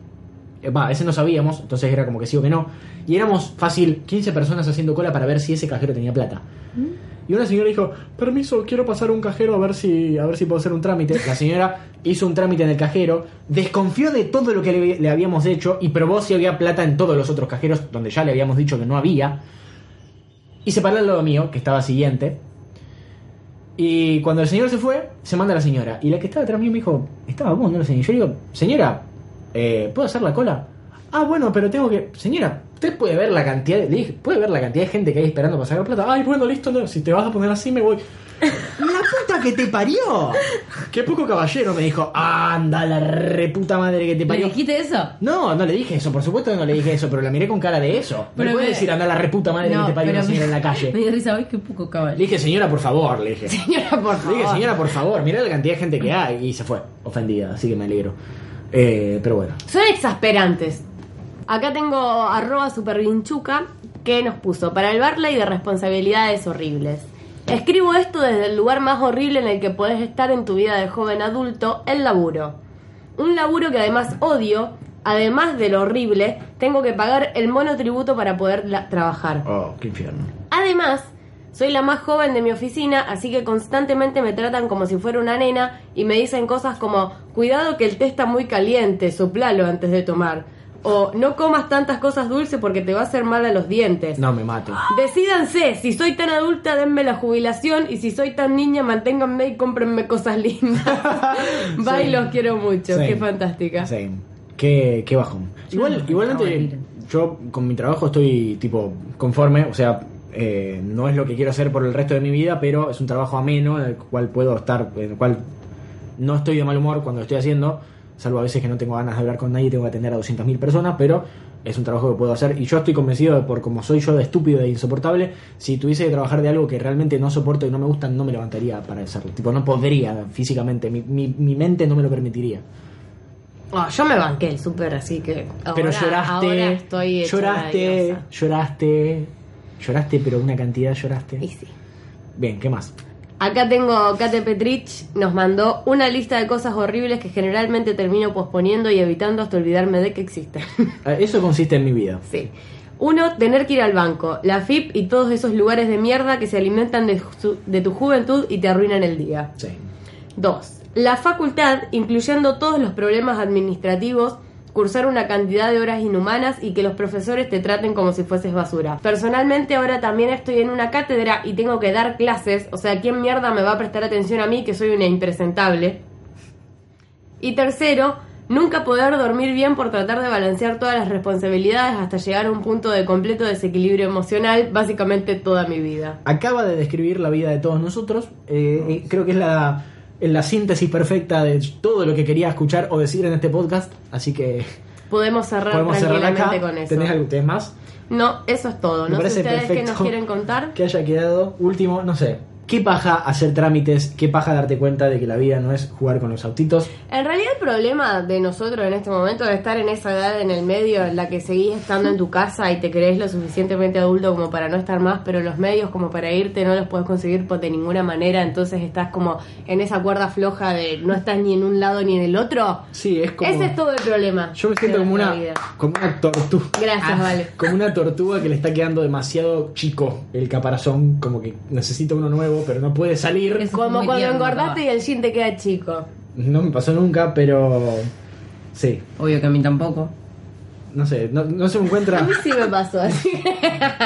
Eh, Va, ese no sabíamos, entonces era como que sí o que no. Y éramos fácil 15 personas haciendo cola para ver si ese cajero tenía plata. Y una señora dijo, permiso, quiero pasar a un cajero a ver si, a ver si puedo hacer un trámite. La señora hizo un trámite en el cajero, desconfió de todo lo que le, le habíamos hecho y probó si había plata en todos los otros cajeros donde ya le habíamos dicho que no había. Y se paró al lado mío, que estaba siguiente. Y cuando el señor se fue, se manda la señora. Y la que estaba atrás mío me dijo, estaba vos, no la señora. Yo le digo, señora, eh, ¿puedo hacer la cola? Ah, bueno, pero tengo que... Señora, usted puede ver la cantidad de... le dije, ¿Puede ver la cantidad de gente que hay esperando para sacar plata? Ay, bueno, listo, no, si te vas a poner así me voy. ¡La puta que te parió! ¡Qué poco caballero! Me dijo, anda la reputa madre que te ¿Le parió. dijiste eso? No, no le dije eso, por supuesto que no le dije eso, pero la miré con cara de eso. No Pero le puede me- decir, anda la reputa madre que te parió una pero señora me- en la calle. Me dio risa, ay, qué poco Le caballo. dije, señora, por favor, le dije. Señora, por Le dije, favor. señora, por favor, mirá la cantidad de gente que hay. Y se fue, ofendida, así que me alegro. Eh, pero bueno. Son exasperantes. Acá tengo arroba supervinchuca que nos puso para el Barley de responsabilidades horribles. Escribo esto desde el lugar más horrible en el que podés estar en tu vida de joven adulto, el laburo. Un laburo que además odio, además de lo horrible, tengo que pagar el monotributo para poder la- trabajar. Oh, qué infierno. Además, soy la más joven de mi oficina, así que constantemente me tratan como si fuera una nena y me dicen cosas como, cuidado que el té está muy caliente, soplalo antes de tomar. O no comas tantas cosas dulces porque te va a hacer mal a los dientes. No, me mato. Decídanse, si soy tan adulta, denme la jubilación y si soy tan niña, manténganme y cómprenme cosas lindas. Bye, Sí. los quiero mucho. Sí. Qué fantástica. Sí. Qué, qué bajón. Igual, no, no, igualmente, mentira. yo con mi trabajo estoy tipo conforme, o sea, eh, no es lo que quiero hacer por el resto de mi vida, pero es un trabajo ameno en el cual puedo estar, en el cual no estoy de mal humor cuando lo estoy haciendo. salvo a veces que no tengo ganas de hablar con nadie y tengo que atender a 200.000 personas, pero es un trabajo que puedo hacer y yo estoy convencido de por como soy yo de estúpido e insoportable, si tuviese que trabajar de algo que realmente no soporto y no me gusta, no me levantaría para hacerlo. Tipo, no podría físicamente, mi, mi, mi mente no me lo permitiría. Ah, yo me banqué el súper, así que. Ahora, pero lloraste, Ahora estoy hecha lloraste, diosa. lloraste, lloraste, pero una cantidad lloraste. Y sí. Bien, ¿qué más? Acá tengo Kate Petrich, nos mandó una lista de cosas horribles que generalmente termino posponiendo y evitando hasta olvidarme de que existen. Eh, Eso consiste en mi vida. sí. Uno, tener que ir al banco, la FIP y todos esos lugares de mierda que se alimentan de, su- de tu juventud y te arruinan el día. Sí. 2. La facultad, incluyendo todos los problemas administrativos, cursar una cantidad de horas inhumanas y que los profesores te traten como si fueses basura. Personalmente ahora también estoy en una cátedra y tengo que dar clases, o sea, ¿quién mierda me va a prestar atención a mí que soy una impresentable? Y tercero, nunca poder dormir bien por tratar de balancear todas las responsabilidades hasta llegar a un punto de completo desequilibrio emocional, básicamente toda mi vida. acaba de describir la vida de todos nosotros. Eh, eh, creo que es la, es la síntesis perfecta de todo lo que quería escuchar o decir en este podcast. Así que Podemos cerrar podemos cerrar tranquilamente acá. con eso. ¿Tenés algo tenés más? No, eso es todo. Me No parece sé ustedes qué perfecto. nos quieren contar. Que haya quedado. Último, no sé. ¿Qué paja hacer trámites? ¿Qué paja darte cuenta de que la vida no es jugar con los autitos? En realidad el problema de nosotros en este momento de estar en esa edad en el medio en la que seguís estando en tu casa y te crees lo suficientemente adulto como para no estar más, pero los medios como para irte no los puedes conseguir por de ninguna manera, entonces estás como en esa cuerda floja de no estás ni en un lado ni en el otro. Sí, es como. Ese es todo el problema. Yo me siento de como nuestra una, Ah, vida. como una tortuga. Gracias, Vale. Como una tortuga que le está quedando demasiado chico el caparazón, como que necesita uno nuevo, pero no puede salir. Es Como muy cuando tierno, engordaste capaz. y el jean te queda chico. No me pasó nunca, pero sí. Obvio que a mí tampoco. No sé, no, no se me A encuentra, mí sí me pasó así.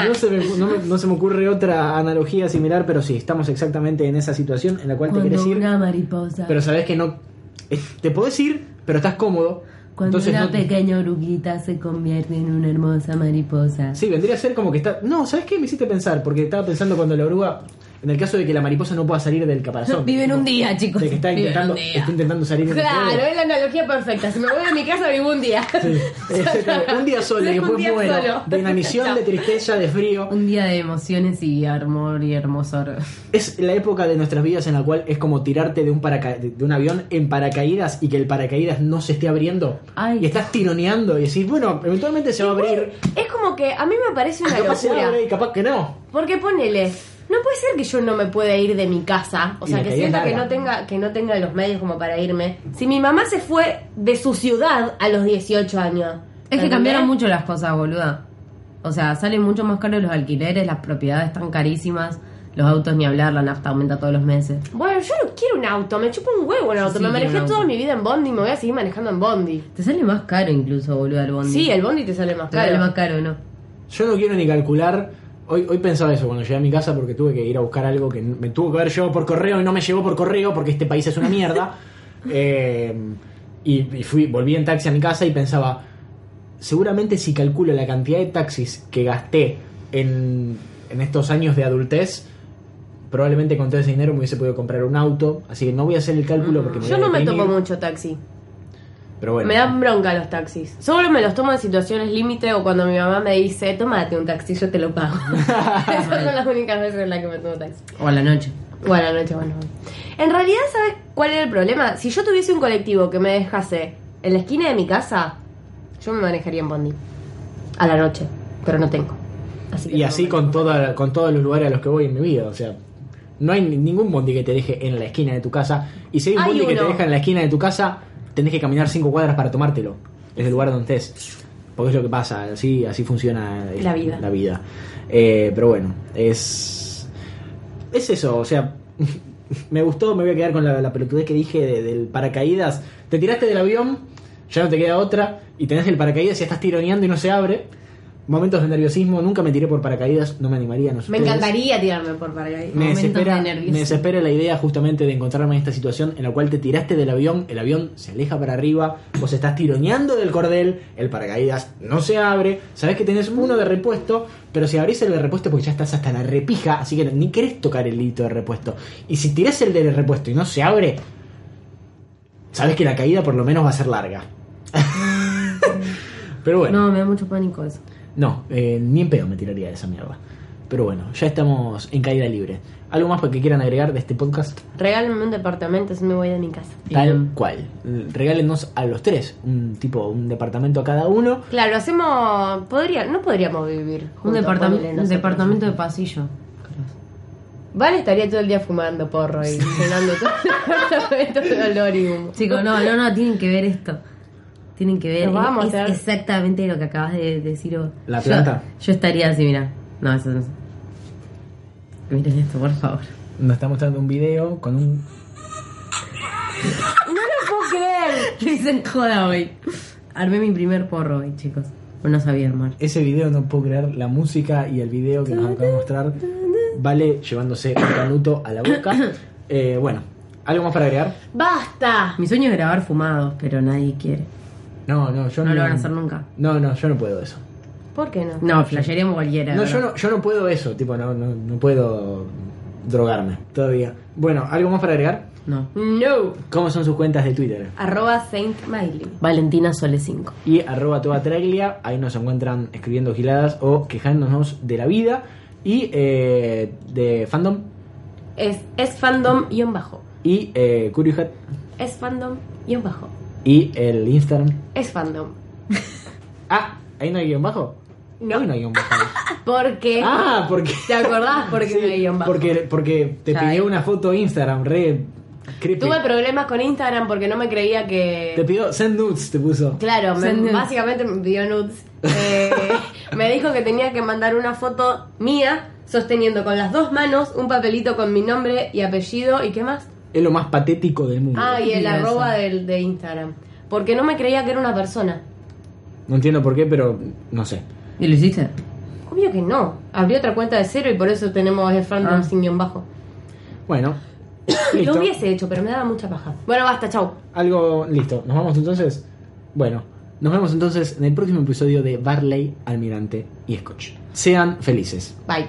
no se me, no me- no se me ocurre otra analogía similar, pero sí, estamos exactamente en esa situación en la cual te querés ir, una mariposa. pero sabes que no, es- te podés ir, pero estás cómodo. Cuando entonces una no- pequeña oruguita se convierte en una hermosa mariposa. Sí, vendría a ser como que está, no, ¿sabes qué? Me hiciste pensar, porque estaba pensando cuando la oruga, en el caso de que la mariposa no pueda salir del caparazón. Viven un día, De chicos. que está Viven intentando, un día. está intentando salir del Claro, fuego. es la analogía perfecta. Si me voy de mi casa vivo un día. Exactamente, Un día solo y Un después día muero. solo. De inanición, de tristeza, de frío. Un día de emociones y amor y hermosor. Es la época de nuestras vidas en la cual es como tirarte de un, paraca- de de un avión en paracaídas y que el paracaídas no se esté abriendo. Ay. Y estás tironeando y decís, bueno, eventualmente se va a abrir. Es como que a mí me parece una Ah, Capaz se locura. abre y capaz que no. Porque ponele, no puede ser que yo no me pueda ir de mi casa, o Y sea, la que caída es sienta que larga. no tenga que no tenga los medios como para irme. Si mi mamá se fue de su ciudad a los 18 años. Es que ¿entendés? cambiaron mucho las cosas, boluda. O sea, salen mucho más caros los alquileres, las propiedades están carísimas, los autos ni hablar, la nafta aumenta todos los meses. Bueno, yo no quiero un auto, me chupo un huevo un auto, sí me quiero manejé un auto. toda mi vida en bondi y me voy a seguir manejando en bondi. Te sale más caro incluso, boluda, el bondi. Sí, el bondi te sale más Te sale caro. más caro, ¿no? Yo no quiero ni calcular. Hoy, hoy pensaba eso cuando llegué a mi casa porque tuve que ir a buscar algo que me tuvo que haber llevado por correo y no me llegó por correo porque este país es una mierda. Eh, y, y fui, volví en taxi a mi casa y pensaba, seguramente si calculo la cantidad de taxis que gasté en, en estos años de adultez, probablemente con todo ese dinero me hubiese podido comprar un auto. Así que no voy a hacer el cálculo porque me Mm. Yo voy a no me deprimir, tomo mucho taxi. Pero bueno, Me dan bronca los taxis. Solo me los tomo en situaciones límite o cuando mi mamá me dice, tómate un taxi, yo te lo pago. Esas son las únicas veces en las que me tomo taxi. O a la noche. Buenas noches, buenas noches. En realidad, ¿sabes cuál era el problema? Si yo tuviese un colectivo que me dejase en la esquina de mi casa, yo me manejaría en Bondi. A la noche. Pero no tengo. Así que y no así me- con, toda, con todos los lugares a los que voy en mi vida. O sea, no hay ni- ningún bondi que te deje en la esquina de tu casa. Y si hay un Hay bondi que te uno. deja en la esquina de tu casa, tenés que caminar cinco cuadras para tomártelo. Desde el lugar donde estés. Porque es lo que pasa. Así, así funciona eh, La vida. La vida. Eh, pero bueno, es. Es eso. O sea, me gustó. Me voy a quedar con la, la pelotudez que dije de- del paracaídas. Te tiraste del avión. Ya no te queda otra. Y tenés el paracaídas y estás tironeando y no se abre. Momentos de nerviosismo, nunca me tiré por paracaídas, no me animaría, no sé Me ustedes. encantaría tirarme por paracaídas. Me Momentos de desespera, nerviosismo. me desespera la idea justamente de encontrarme en esta situación en la cual te tiraste del avión, el avión se aleja para arriba, vos estás tironeando del cordel, el paracaídas no se abre, sabés que tenés uno de repuesto, pero si abrís el de repuesto porque ya estás hasta la repija, así que ni querés tocar el hilito de repuesto. Y si tirás el de repuesto y no se abre, sabes que la caída por lo menos va a ser larga. Pero bueno. No, me da mucho pánico eso. No, eh, ni en pedo me tiraría de esa mierda. Pero bueno, ya estamos en caída libre. ¿Algo más que quieran agregar de este podcast? Regálenme un departamento si me voy de mi casa. Tal cual. Regálenos a los tres un tipo, un departamento a cada uno. Claro, hacemos. Podría, no podríamos vivir. Un, juntos, departam- ponele, no un sé. departamento de pasillo. Vale, estaría todo el día fumando porro y llenando todo el departamento de olor y humo. Chicos, no, no, no, tienen que ver esto. Tienen que ver. Nos vamos a es hacer- exactamente lo que acabas de decir vos. ¿La Yo- planta? Yo, estaría así, mira. No, eso no. Miren esto, por favor. Nos está mostrando un video con un... puedo creer! Dicen joda hoy. Armé mi primer porro hoy, chicos. Bueno, No sabía armar. Ese video no puedo creer. La música y el video que nos acaba de mostrar. Vale llevándose un canuto a la boca. Eh, bueno, ¿algo más para agregar? ¡Basta! Mi sueño es grabar fumados, pero nadie quiere. No, no, yo no... No lo van a hacer nunca. No, no, yo no puedo eso. ¿Por qué no? No, flashearíamos cualquiera. No ¿verdad? yo, no, yo no puedo eso, tipo, no, no, no puedo drogarme todavía. Bueno, ¿algo más para agregar? No. No. ¿Cómo son sus cuentas de Twitter? Arroba Saint Miley. Valentina Sole 5. Y arroba toda traglia, ahí nos encuentran escribiendo giladas o quejándonos de la vida y eh, de fandom Es, es fandom y un bajo. y eh, Curious Cat Es fandom y un bajo. y el Instagram. Es fandom. Ah, ahí no hay guión bajo. No. Ahí no hay guión bajo. Porque. ah, porque, ¿Te acordás? Porque sí, no hay guión bajo. eh. porque porque te Ay. pidió una foto Instagram, re creepy. Tuve problemas con Instagram porque no me creía que. Te pidió send nudes, te puso. Claro, me- Send nudes. básicamente me pidió nudes. Eh, me dijo que tenía que mandar una foto mía sosteniendo con las dos manos un papelito con mi nombre y apellido y qué más. Es lo más patético del mundo. Ah, y el Mira eso. arroba del, de Instagram. Porque no me creía que era una persona. No entiendo por qué, pero no sé. ¿Y lo hiciste? Obvio que no. Abrí otra cuenta de cero y por eso tenemos el fandom Ah. sin guión bajo. Bueno. Lo Listo. hubiese hecho, pero me daba mucha paja. Bueno, basta, chau. Algo listo. ¿Nos vamos entonces? Bueno, nos vemos entonces en el próximo episodio de Barley, Almirante y Scotch. Sean felices. Bye.